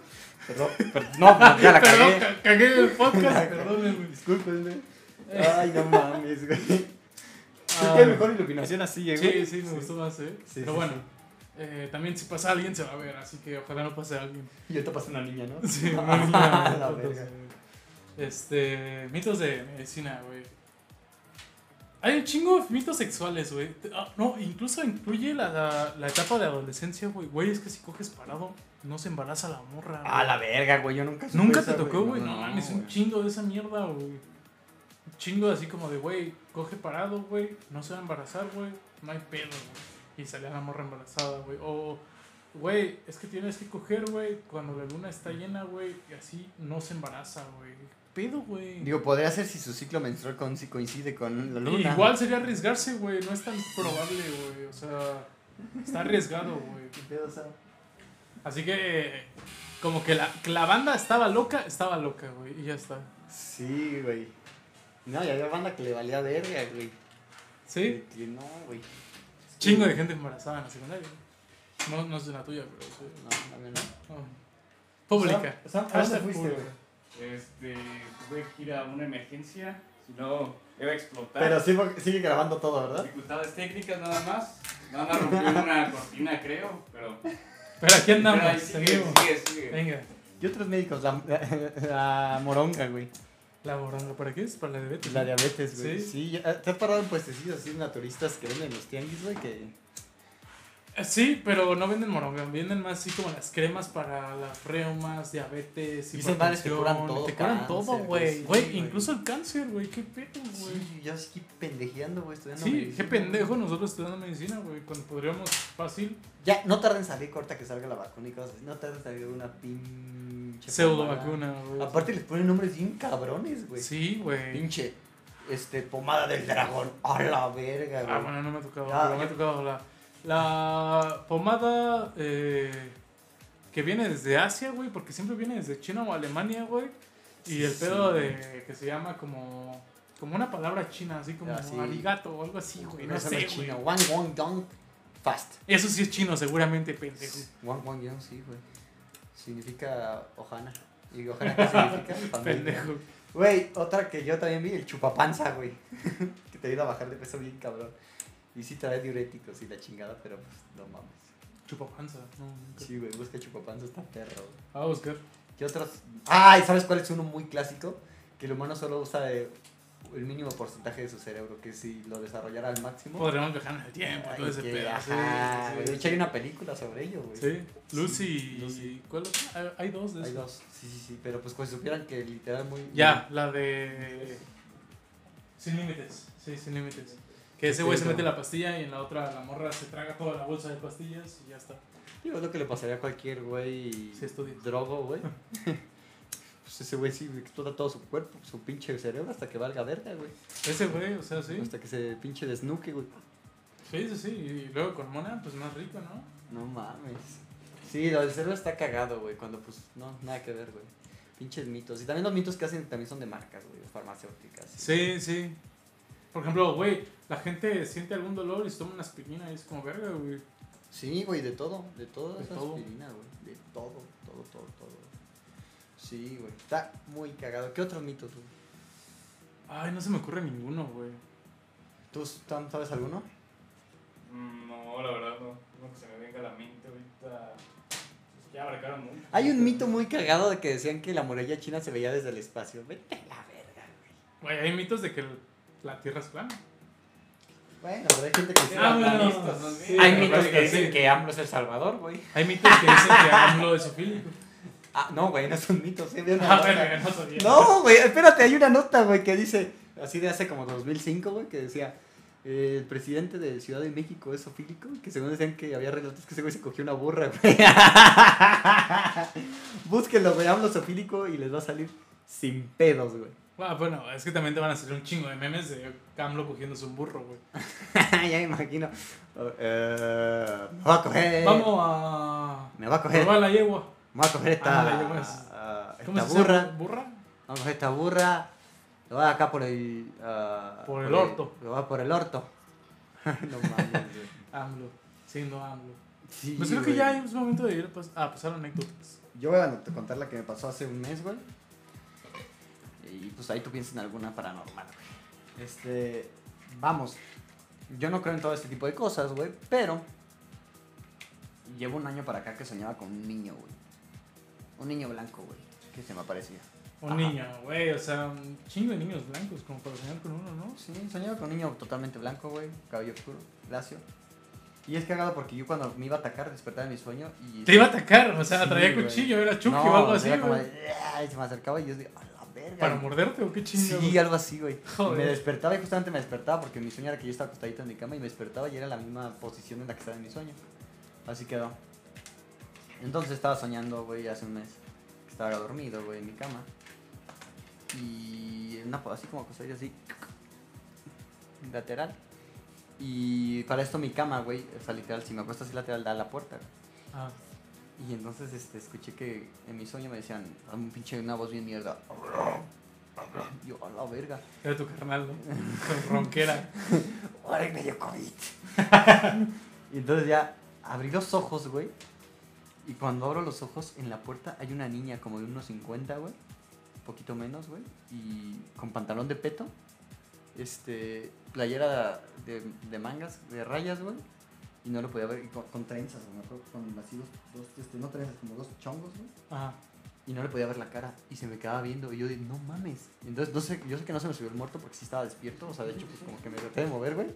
Speaker 1: Perdón, perdón. No, pues, *laughs* ya la
Speaker 3: *laughs* Perdón,
Speaker 1: cagué.
Speaker 3: ca- cagué el podcast, perdónenme.
Speaker 1: Discúlpenme. Ay, no mames, güey. Es que hay mejor iluminación así, eh, güey.
Speaker 3: Sí, sí, me gustó más, ¿eh?
Speaker 1: Sí,
Speaker 3: Pero
Speaker 1: sí,
Speaker 3: bueno, eh, también si pasa alguien se va a ver, así que ojalá no pase alguien.
Speaker 1: Y ahorita pasa una niña, ¿no?
Speaker 3: Sí,
Speaker 1: *laughs* Ah,
Speaker 3: no, no,
Speaker 1: la
Speaker 3: no,
Speaker 1: verga.
Speaker 3: Este, mitos de medicina, güey. Hay un chingo de mitos sexuales, güey. Ah, No, incluso incluye la, la, la etapa de adolescencia, güey. Güey, es que si coges parado, no se embaraza la morra. güey.
Speaker 1: Ah, la verga, güey. Yo nunca supe
Speaker 3: Nunca te
Speaker 1: esa,
Speaker 3: tocó, güey.
Speaker 5: No,
Speaker 3: No,
Speaker 5: no,
Speaker 3: mames, un
Speaker 5: güey.
Speaker 3: chingo de esa mierda, güey. Un chingo así como de, güey, coge parado, güey. No se va a embarazar, güey. No hay pedo, güey. Y salía la morra embarazada, güey. O, güey, es que tienes que coger, güey, cuando la luna está llena, güey. Y así no se embaraza, güey. ¿Qué Pedo, güey.
Speaker 1: Digo, podría ser si su ciclo menstrual con- si coincide con la luna.
Speaker 3: Igual sería arriesgarse, güey. No es tan probable, güey. O sea, está arriesgado, güey.
Speaker 1: ¿Qué pedo, Sam?
Speaker 3: Así que, eh, como que la, que la banda estaba loca, estaba loca, güey. Y ya está.
Speaker 1: Sí, güey. No, y había banda que le valía verga, güey.
Speaker 3: ¿Sí?
Speaker 1: De que No, güey.
Speaker 3: Chingo de gente embarazada en la secundaria. No, no es de la tuya, pero sí.
Speaker 1: No, también no.
Speaker 3: Ah. Pública.
Speaker 1: O sea, ¿a dónde
Speaker 3: Hashtag
Speaker 1: fuiste,
Speaker 3: pública.
Speaker 1: güey?
Speaker 4: *laughs* Este, tuve que ir a una emergencia, si no, iba a explotar.
Speaker 1: Pero sí, porque sigue grabando todo, ¿verdad?
Speaker 4: Dificultades técnicas nada más. Nada más rompí una cortina, creo, pero.
Speaker 3: Pero aquí
Speaker 4: pero ahí
Speaker 3: andamos,
Speaker 4: sigue,
Speaker 3: seguimos.
Speaker 4: sigue, sigue.
Speaker 3: Venga,
Speaker 1: Y otros médicos, la, *laughs* la moronga, güey.
Speaker 3: la borranga, ¿para qué es? Para la diabetes.
Speaker 1: La diabetes, güey.
Speaker 3: ¿Sí?
Speaker 1: Sí, ya- te has parado en puestecitos así naturistas que venden los tianguis, güey, que...
Speaker 3: Eh, Sí, pero no venden moronga, venden más así como las cremas para las reumas, diabetes,
Speaker 1: Y esas madres te
Speaker 3: hipertensión,
Speaker 1: curan todo,
Speaker 3: Te curan
Speaker 1: cáncer,
Speaker 3: todo,
Speaker 1: güey,
Speaker 3: güey.
Speaker 1: sí,
Speaker 3: Güey,
Speaker 1: güey.
Speaker 3: incluso el cáncer, güey. Qué pedo, güey.
Speaker 1: Sí, yo aquí pendejeando, güey, estudiando
Speaker 3: Sí, qué
Speaker 1: medicina,
Speaker 3: pendejo
Speaker 1: güey.
Speaker 3: nosotros estudiando medicina, güey. Cuando podríamos fácil
Speaker 1: Ya, no tarden en salir corta que salga la vacuna y cosas así. No tarden en salir una pinche...
Speaker 3: pseudo
Speaker 1: pomada.
Speaker 3: vacuna, güey.
Speaker 1: Aparte les ponen nombres bien cabrones, güey.
Speaker 3: Sí, güey.
Speaker 1: Pinche, este, pomada del dragón. A la verga, güey.
Speaker 3: Ah, bueno, no me ha tocado.
Speaker 1: Ya,
Speaker 3: pero me ha
Speaker 1: ya.
Speaker 3: tocado la, la pomada eh, que viene desde Asia, güey, porque siempre viene desde China o Alemania, güey. Y el
Speaker 1: Sí,
Speaker 3: pedo
Speaker 1: güey.
Speaker 3: de que se llama como como una palabra china, así como
Speaker 1: Ah, sí.
Speaker 3: arigato o algo así, güey. No
Speaker 1: Eso es
Speaker 3: sé,
Speaker 1: chino.
Speaker 3: güey.
Speaker 1: Wang Wang Dong Fast.
Speaker 3: Eso sí es chino, seguramente, pendejo.
Speaker 1: Wang Wang Dong, sí, güey. Significa ojana. ¿Y ojana qué
Speaker 3: *laughs*
Speaker 1: significa? Familia.
Speaker 3: Pendejo.
Speaker 1: Güey, otra que yo también vi, el chupapanza, güey. *laughs* que te ayuda a bajar de peso bien cabrón. Y sí trae diuréticos y la chingada, pero pues no mames.
Speaker 3: Chupapanza. No, nunca.
Speaker 1: Sí, güey, busca chupapanza, está perro. güey.
Speaker 3: Ah, Oscar.
Speaker 1: ¿Qué otros? Ay, Ah, ¿sabes cuál es uno muy clásico? Que el humano solo usa eh, el mínimo porcentaje de su cerebro, que si lo desarrollara al máximo.
Speaker 3: Podríamos viajar en el tiempo,
Speaker 1: Ay,
Speaker 3: todo ese
Speaker 1: que-
Speaker 3: pedo. sí,
Speaker 1: ajá,
Speaker 3: sí,
Speaker 1: güey.
Speaker 3: sí.
Speaker 1: De hecho, hay una película sobre ello, güey.
Speaker 3: Sí. Lucy.
Speaker 1: Sí,
Speaker 3: y
Speaker 1: Lucy.
Speaker 3: ¿Cuál otra? Hay- Hay dos de
Speaker 1: Hay
Speaker 3: esos.
Speaker 1: dos. Sí, sí, sí. Pero pues, pues supieran que literal muy.
Speaker 3: Ya, la de. Sin límites. Sí, sin límites. Que ese güey se mete la pastilla y en la otra la morra se traga toda la bolsa de pastillas y ya está.
Speaker 1: Digo, es lo que le pasaría a cualquier güey.
Speaker 3: Sí, estudia.
Speaker 1: Drogo, güey. *laughs* pues ese güey sí explota todo su cuerpo, su pinche cerebro hasta que valga verga, güey.
Speaker 3: Ese güey, o sea, sí.
Speaker 1: Hasta que se pinche desnuque, güey.
Speaker 3: Sí, sí, sí. Y luego con Mona, pues más rico, ¿no?
Speaker 1: No mames. Sí, lo del cerebro está cagado, güey. Cuando pues, no, nada que ver, güey. Pinches mitos. Y también los mitos que hacen también son de marcas, güey, farmacéuticas.
Speaker 3: Sí, sí. Por ejemplo, güey, la gente siente algún dolor y se toma una aspirina y es como verga, güey.
Speaker 2: Sí, güey, de todo, de todo
Speaker 3: De
Speaker 2: esa
Speaker 3: todo.
Speaker 2: aspirina, güey. De todo, todo, todo, todo. Sí, güey, está muy cagado. ¿Qué otro mito tú?
Speaker 3: Ay, no se me ocurre ninguno, güey.
Speaker 2: ¿Tú Sam, sabes alguno?
Speaker 4: Mm, No, la verdad no. No que se me venga a la mente ahorita. Ya marcaron mucho.
Speaker 2: Hay un mito muy cagado de que decían que la muralla china se veía desde el espacio. Vete a la verga, güey.
Speaker 3: Güey, hay mitos de que el- la Tierra es plana.
Speaker 2: Bueno, pero hay gente que sí.
Speaker 3: Ah, bueno,
Speaker 4: planistas, ¿no?
Speaker 3: sí.
Speaker 2: Hay
Speaker 3: me
Speaker 2: mitos
Speaker 3: parece
Speaker 2: que
Speaker 3: sí.
Speaker 2: dicen que AMLO es El Salvador, güey.
Speaker 3: Hay mitos que dicen que AMLO es zoofílico.
Speaker 2: Ah, no, güey, no son mitos, eh. Ve una
Speaker 3: *laughs* Ah,
Speaker 2: nota.
Speaker 3: verga, no sabía.
Speaker 2: No, güey, espérate, hay una nota, güey, que dice, así de hace como 2005, güey, que decía, eh, el presidente de Ciudad de México es ofílico, que según decían que había relatos que ese güey se cogió una burra, güey. *laughs* Búsquenlo, güey, hablo sofílico y les va a salir sin pedos, güey. *laughs*
Speaker 3: Ah, bueno, es que también te van a hacer un chingo de memes de AMLO cogiéndose un burro, güey.
Speaker 2: ya me imagino. Eh, me va a coger.
Speaker 3: Vamos a
Speaker 2: Me va a coger.
Speaker 3: probar la yegua.
Speaker 2: Me va a coger
Speaker 3: Ándale,
Speaker 2: esta,
Speaker 3: yo más.
Speaker 2: ah,
Speaker 3: ¿Cómo
Speaker 2: esta
Speaker 3: se llama?
Speaker 2: burra.
Speaker 3: ¿Burra?
Speaker 2: Vamos a coger esta burra. Lo va acá por el. ah,
Speaker 3: Por el orto.
Speaker 2: Lo va por el orto. *laughs* no mames, güey.
Speaker 3: AMLO, siendo AMLO.
Speaker 2: Sí,
Speaker 3: Pues creo que
Speaker 2: güey.
Speaker 3: ya es momento de ir a pas- a pasar anécdotas.
Speaker 2: Yo voy a contar la que me pasó hace un mes, güey.
Speaker 1: Y pues ahí tú piensas en alguna paranormal, güey.
Speaker 2: Este. Vamos.
Speaker 1: Yo no creo en todo este tipo de cosas, güey, pero llevo un año para acá que soñaba con un niño, güey. Un niño blanco, güey, que se me aparecía.
Speaker 3: Un niño, güey, o sea, un chingo de niños blancos, como para soñar con uno, ¿no?
Speaker 1: Sí, soñaba con un niño totalmente blanco, güey, cabello oscuro, lacio. Y es cagado porque yo cuando me iba a atacar despertaba en mi sueño y...
Speaker 3: Te iba a atacar, o sea,
Speaker 1: Sí,
Speaker 3: traía
Speaker 1: güey.
Speaker 3: cuchillo, era Chucky
Speaker 1: No,
Speaker 3: o algo
Speaker 1: era
Speaker 3: así,
Speaker 1: como
Speaker 3: güey.
Speaker 1: de, "Ay", se me acercaba y yo decía, a la verga.
Speaker 3: ¿Para
Speaker 1: güey".
Speaker 3: morderte o qué chingo?
Speaker 1: Sí,
Speaker 3: güey?
Speaker 1: algo así, güey. Y
Speaker 3: Joder.
Speaker 1: Me despertaba y justamente me despertaba porque mi sueño era que yo estaba acostadito en mi cama y me despertaba y era la misma posición en la que estaba en mi sueño. Así quedó. Entonces estaba soñando, güey, hace un mes. que Estaba dormido, güey, en mi cama. Y en una po- así como acostadito así. Lateral. Y para esto mi cama, güey, o sea, literal, si me acuesto así lateral, da a la puerta. güey.
Speaker 3: Ah,
Speaker 1: Y entonces este, escuché que en mi sueño me decían, un pinche una voz bien mierda. Yo, a la verga.
Speaker 3: era tu carnal, ¿no? Con ronquera.
Speaker 1: *laughs* ahora me dio COVID. *laughs* y entonces ya abrí los ojos, güey. Y cuando abro los ojos, en la puerta hay una niña como de unos 50, güey. Poquito menos, güey. Y con pantalón de peto. Este, playera de, de mangas, de rayas, güey. Y no lo podía ver. Y con, con trenzas, güey, me acuerdo, Con así dos, dos, este, no trenzas, como dos chongos, güey
Speaker 3: Ah,
Speaker 1: y no le podía ver la cara y se me quedaba viendo y yo dije, no mames. Entonces, no sé, yo sé que no se me subió el muerto porque sí estaba despierto, o sea, de hecho, pues como que me traté de mover, güey.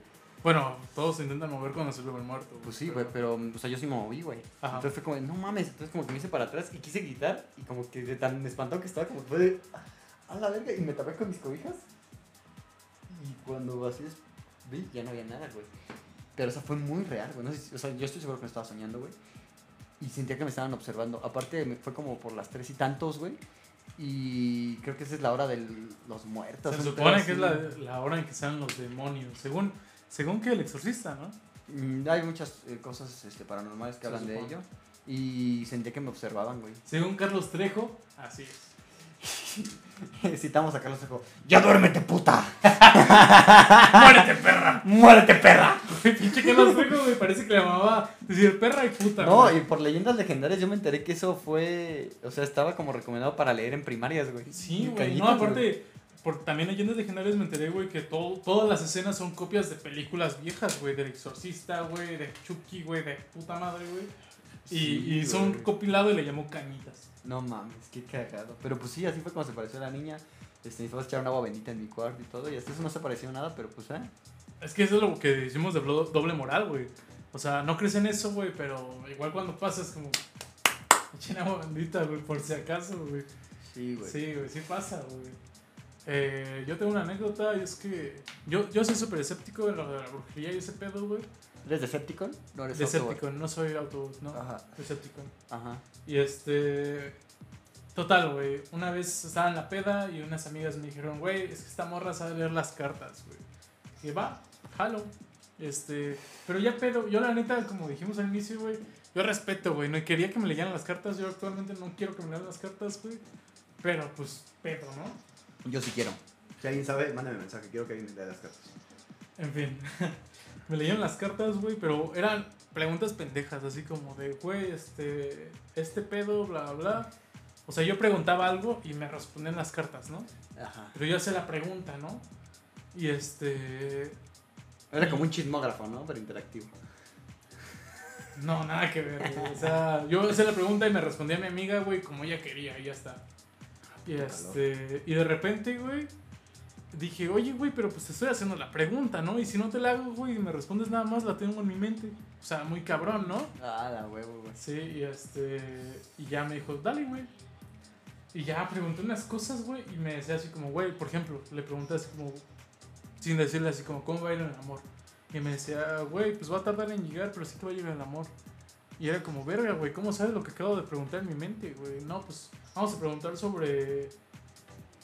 Speaker 3: bueno, todos se intentan mover cuando se vuelve el muerto.
Speaker 1: Pues sí, güey, pero, o sea, yo sí me moví, güey.
Speaker 3: Ajá.
Speaker 1: Entonces fue como, de, no mames, entonces como que me hice para atrás y quise gritar y como que de tan espantado que estaba como que fue de, a la verga, y me tapé con mis cobijas. Y cuando así es, vi, ya no había nada, güey. Pero, o sea, fue muy real, güey. no sé si- o sea, yo estoy seguro que me estaba soñando, güey. Y sentía que me estaban observando. Aparte, me fue como por las tres y tantos, güey. Y creo que esa es la hora de los muertos.
Speaker 3: Se
Speaker 1: un
Speaker 3: supone
Speaker 1: pedo
Speaker 3: que es
Speaker 1: así.
Speaker 3: la, la hora en que salen los demonios, según, según que el exorcista, ¿no?
Speaker 1: Mm, Hay muchas eh, cosas este, paranormales que
Speaker 3: Se
Speaker 1: hablan de
Speaker 3: supone.
Speaker 1: ello. Y sentía que me observaban, güey. *laughs*
Speaker 3: Según Carlos Trejo, así es. *laughs*
Speaker 2: Citamos a Carlos Trejo. ¡Ya duérmete, puta!
Speaker 1: *laughs*
Speaker 3: ¡Muérete, perra!
Speaker 2: ¡Muérete, perra!
Speaker 3: Pinche Carlos Trejo, güey, parece que le llamaba decir perra y puta.
Speaker 2: No,
Speaker 3: güey.
Speaker 2: y por leyendas legendarias yo me enteré que eso fue. O sea, estaba como recomendado para leer en primarias, güey.
Speaker 3: Sí,
Speaker 2: Y
Speaker 3: güey. No,
Speaker 2: cañitas, güey.
Speaker 3: aparte, por, también leyendas legendarias me enteré, güey, que todo, todas las escenas son copias de películas viejas, güey. Del Exorcista, güey, de Chucky, güey, de puta madre, güey. Y,
Speaker 1: Sí,
Speaker 3: y hizo un
Speaker 1: güey.
Speaker 3: compilado y le llamó Cañitas.
Speaker 1: No mames, qué cagado. Pero pues sí, así fue como se pareció la niña. Este, mi papá echaron agua bendita en mi cuarto y todo. Y hasta eso no se pareció nada, pero pues, ¿eh?
Speaker 3: Es que eso es lo que decimos de blo- doble moral, güey. O sea, no crees en eso, güey, pero igual cuando pasas como... Echen agua bendita, güey, por si acaso, güey.
Speaker 1: Sí,
Speaker 3: Sí, güey, sí pasa, güey. Eh, yo tengo una anécdota y es que yo, yo soy súper escéptico de lo de la brujería y ese pedo, güey.
Speaker 1: ¿Eres Decepticon? No, eres Autobot.
Speaker 3: Decepticon, no soy autobús, Ah. ¿no?
Speaker 1: Ajá,
Speaker 3: Decepticon.
Speaker 1: ajá.
Speaker 3: Y este. Total, güey. Una vez estaba en la peda y unas amigas me dijeron, güey, es que esta morra sabe leer las cartas, güey. Y va, jalo. Este. Pero ya pedo. Yo, la neta, como dijimos al inicio, güey, yo respeto, güey. No quería que me leyeran las cartas. Yo actualmente no quiero que me lean las cartas, güey. Pero pues, pedo, ¿no?
Speaker 1: Yo sí quiero.
Speaker 2: Si alguien sabe, mándame mensaje. Quiero que alguien lea las cartas.
Speaker 3: En fin. *laughs* Me leían las cartas, güey, pero eran preguntas pendejas, así como de, güey, este, este pedo, bla, bla. O sea, yo preguntaba algo y me respondían las cartas, ¿no?
Speaker 2: Ajá.
Speaker 3: Pero yo hacía la pregunta, ¿no? Y este...
Speaker 2: Era como un chismógrafo, ¿no? Pero interactivo.
Speaker 3: No, nada que ver, güey. O sea, yo hacía la pregunta y me respondía mi amiga, güey, como ella quería, y ya está. Y,
Speaker 2: Qué
Speaker 3: este, y de repente, güey, dije, oye, güey, pero pues te estoy haciendo la pregunta, ¿no? Y si no te la hago, güey, y me respondes nada más, la tengo en mi mente. O sea, muy cabrón, ¿no?
Speaker 1: Ah, la huevo, güey.
Speaker 3: Sí, y este. Y ya me dijo, dale, güey. Y ya pregunté unas cosas, güey. Y me decía así como, güey, por ejemplo, le pregunté así como, sin decirle así como, ¿cómo va a ir el amor? Y me decía, güey, pues va a tardar en llegar, pero sí te va a llegar el amor. Y era como, verga, güey, ¿cómo sabes lo que acabo de preguntar en mi mente, güey? No, pues vamos a preguntar sobre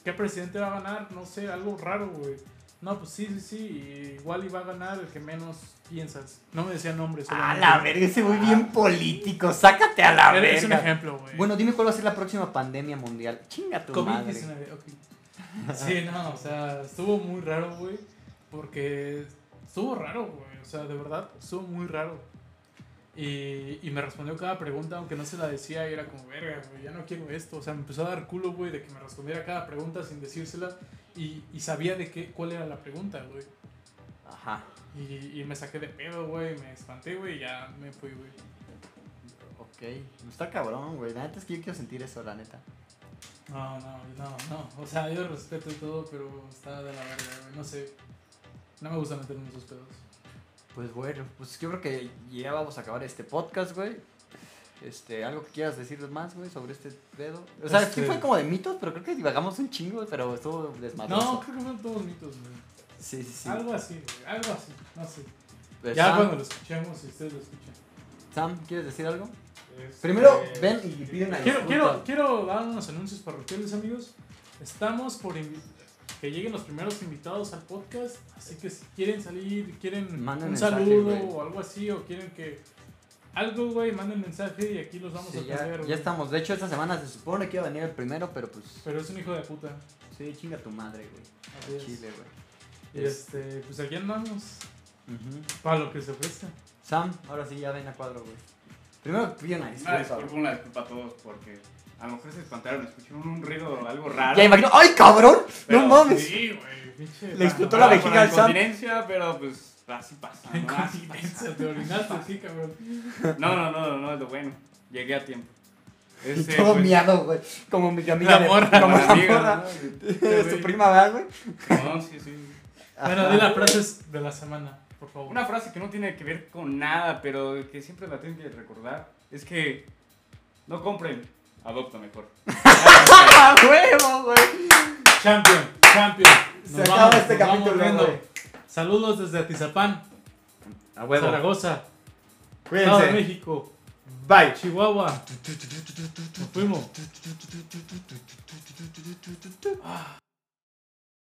Speaker 3: qué presidente va a ganar, no sé, algo raro, güey. No, pues sí, sí, sí, igual iba a ganar el que menos piensas. No me decía nombres.
Speaker 2: Ah,
Speaker 3: obviamente.
Speaker 2: la verga, ese güey bien político. Sácate a la
Speaker 3: Era- Es un
Speaker 2: verga.
Speaker 3: ejemplo, güey.
Speaker 1: Bueno, dime cuál va a ser la próxima pandemia mundial. Chinga tu madre.
Speaker 3: COVID-19, ok. Sí, no, o sea, estuvo muy raro, güey. Porque estuvo raro, güey. O sea, de verdad, estuvo muy raro. Y, y me respondió cada pregunta, aunque no se la decía, y era como, verga, güey, ya no quiero esto. O sea, me empezó a dar culo, güey, de que me respondiera cada pregunta sin decírsela. Y, y sabía de qué, cuál era la pregunta, güey.
Speaker 1: Ajá.
Speaker 3: Y, y me saqué de pedo, güey, me espanté, güey, y ya me fui, güey.
Speaker 1: Ok. Está cabrón, güey. La neta es que yo quiero sentir eso, la neta.
Speaker 3: No, no, no, no. O sea, yo respeto y todo, pero está de la verga, güey. No sé. No me gusta meterme en esos pedos.
Speaker 1: Pues bueno, pues yo creo que ya vamos a acabar este podcast, güey. Este, algo que quieras decir más, güey, sobre este pedo. O sea, sí
Speaker 3: Este-
Speaker 1: fue como de mitos, pero creo que divagamos un chingo, güey, pero estuvo desmadroso.
Speaker 3: No, creo que son todos mitos, güey.
Speaker 1: Sí, Ah, sí, sí.
Speaker 3: Algo así, güey. Algo así. No sé.
Speaker 1: Pues,
Speaker 3: ya
Speaker 1: Sam,
Speaker 3: cuando lo escuchemos, si ustedes lo escuchan.
Speaker 1: Sam, ¿quieres decir algo?
Speaker 4: Este,
Speaker 1: Primero, ven y pide una-
Speaker 3: Quiero,
Speaker 1: Disculpa.
Speaker 3: quiero, quiero dar unos anuncios parroquiales, amigos. Estamos por invi- que lleguen los primeros invitados al podcast. Así que si quieren salir, quieren
Speaker 1: Manden
Speaker 3: un
Speaker 1: mensaje,
Speaker 3: saludo
Speaker 1: güey.
Speaker 3: o algo así, o quieren que. Algo, güey, manden mensaje y aquí los vamos
Speaker 1: Sí,
Speaker 3: a
Speaker 1: ya,
Speaker 3: poner.
Speaker 1: ya
Speaker 3: güey.
Speaker 1: estamos. De hecho, esta semana se supone que iba a venir el primero, pero pues.
Speaker 3: Pero es un hijo de puta.
Speaker 1: Sí, chinga tu madre, güey.
Speaker 3: Así es.
Speaker 1: Chile, güey.
Speaker 3: Y este, pues aquí andamos.
Speaker 1: Ujú.
Speaker 3: Para lo que se ofrezca.
Speaker 1: Sam, ahora sí ya ven a cuadro, güey. Primero pide una
Speaker 4: Una
Speaker 1: disculpa.
Speaker 4: disculpa,
Speaker 1: güey.
Speaker 4: una disculpa a todos porque a lo mejor se espantaron, escucharon un ruido o algo raro.
Speaker 1: Ya imagino. ¡Ay, cabrón!
Speaker 4: pero
Speaker 1: ¡No mames!
Speaker 4: Sí, güey.
Speaker 3: Pinche
Speaker 2: Le explotó
Speaker 3: panorama.
Speaker 2: la vejiga
Speaker 4: Ah, con
Speaker 2: al Sam.
Speaker 4: incontinencia, pero pues así pasa. ¿no? Así pasa.
Speaker 3: Incontinencia, te orinaste así, cabrón.
Speaker 4: No, no, no, no, es lo bueno. Llegué a tiempo. Este,
Speaker 2: Todo
Speaker 4: pues,
Speaker 2: miado, güey. Como mi amiga.
Speaker 3: La
Speaker 2: de-
Speaker 3: morra.
Speaker 2: Como la
Speaker 4: amiga,
Speaker 2: morra.
Speaker 4: ¿no?
Speaker 2: Su prima, ¿verdad, güey?
Speaker 4: No, sí, sí.
Speaker 3: Bueno, di las frases de la semana, por favor.
Speaker 4: Una frase que no tiene que ver con nada, pero que siempre la tienen que recordar, es que no compren, adopta mejor.
Speaker 2: ¡Ah, huevo, güey!
Speaker 3: Champion, champion.
Speaker 2: Se
Speaker 3: Nos
Speaker 2: acaba
Speaker 3: vamos,
Speaker 2: este
Speaker 3: nos vamos
Speaker 2: capítulo,
Speaker 3: viendo.
Speaker 2: güey.
Speaker 3: Saludos desde Atizapán,
Speaker 2: A huevo.
Speaker 3: Zaragoza, Estado de
Speaker 2: Cuídense.
Speaker 3: México,
Speaker 2: Bye.
Speaker 3: Chihuahua. Nos fuimos.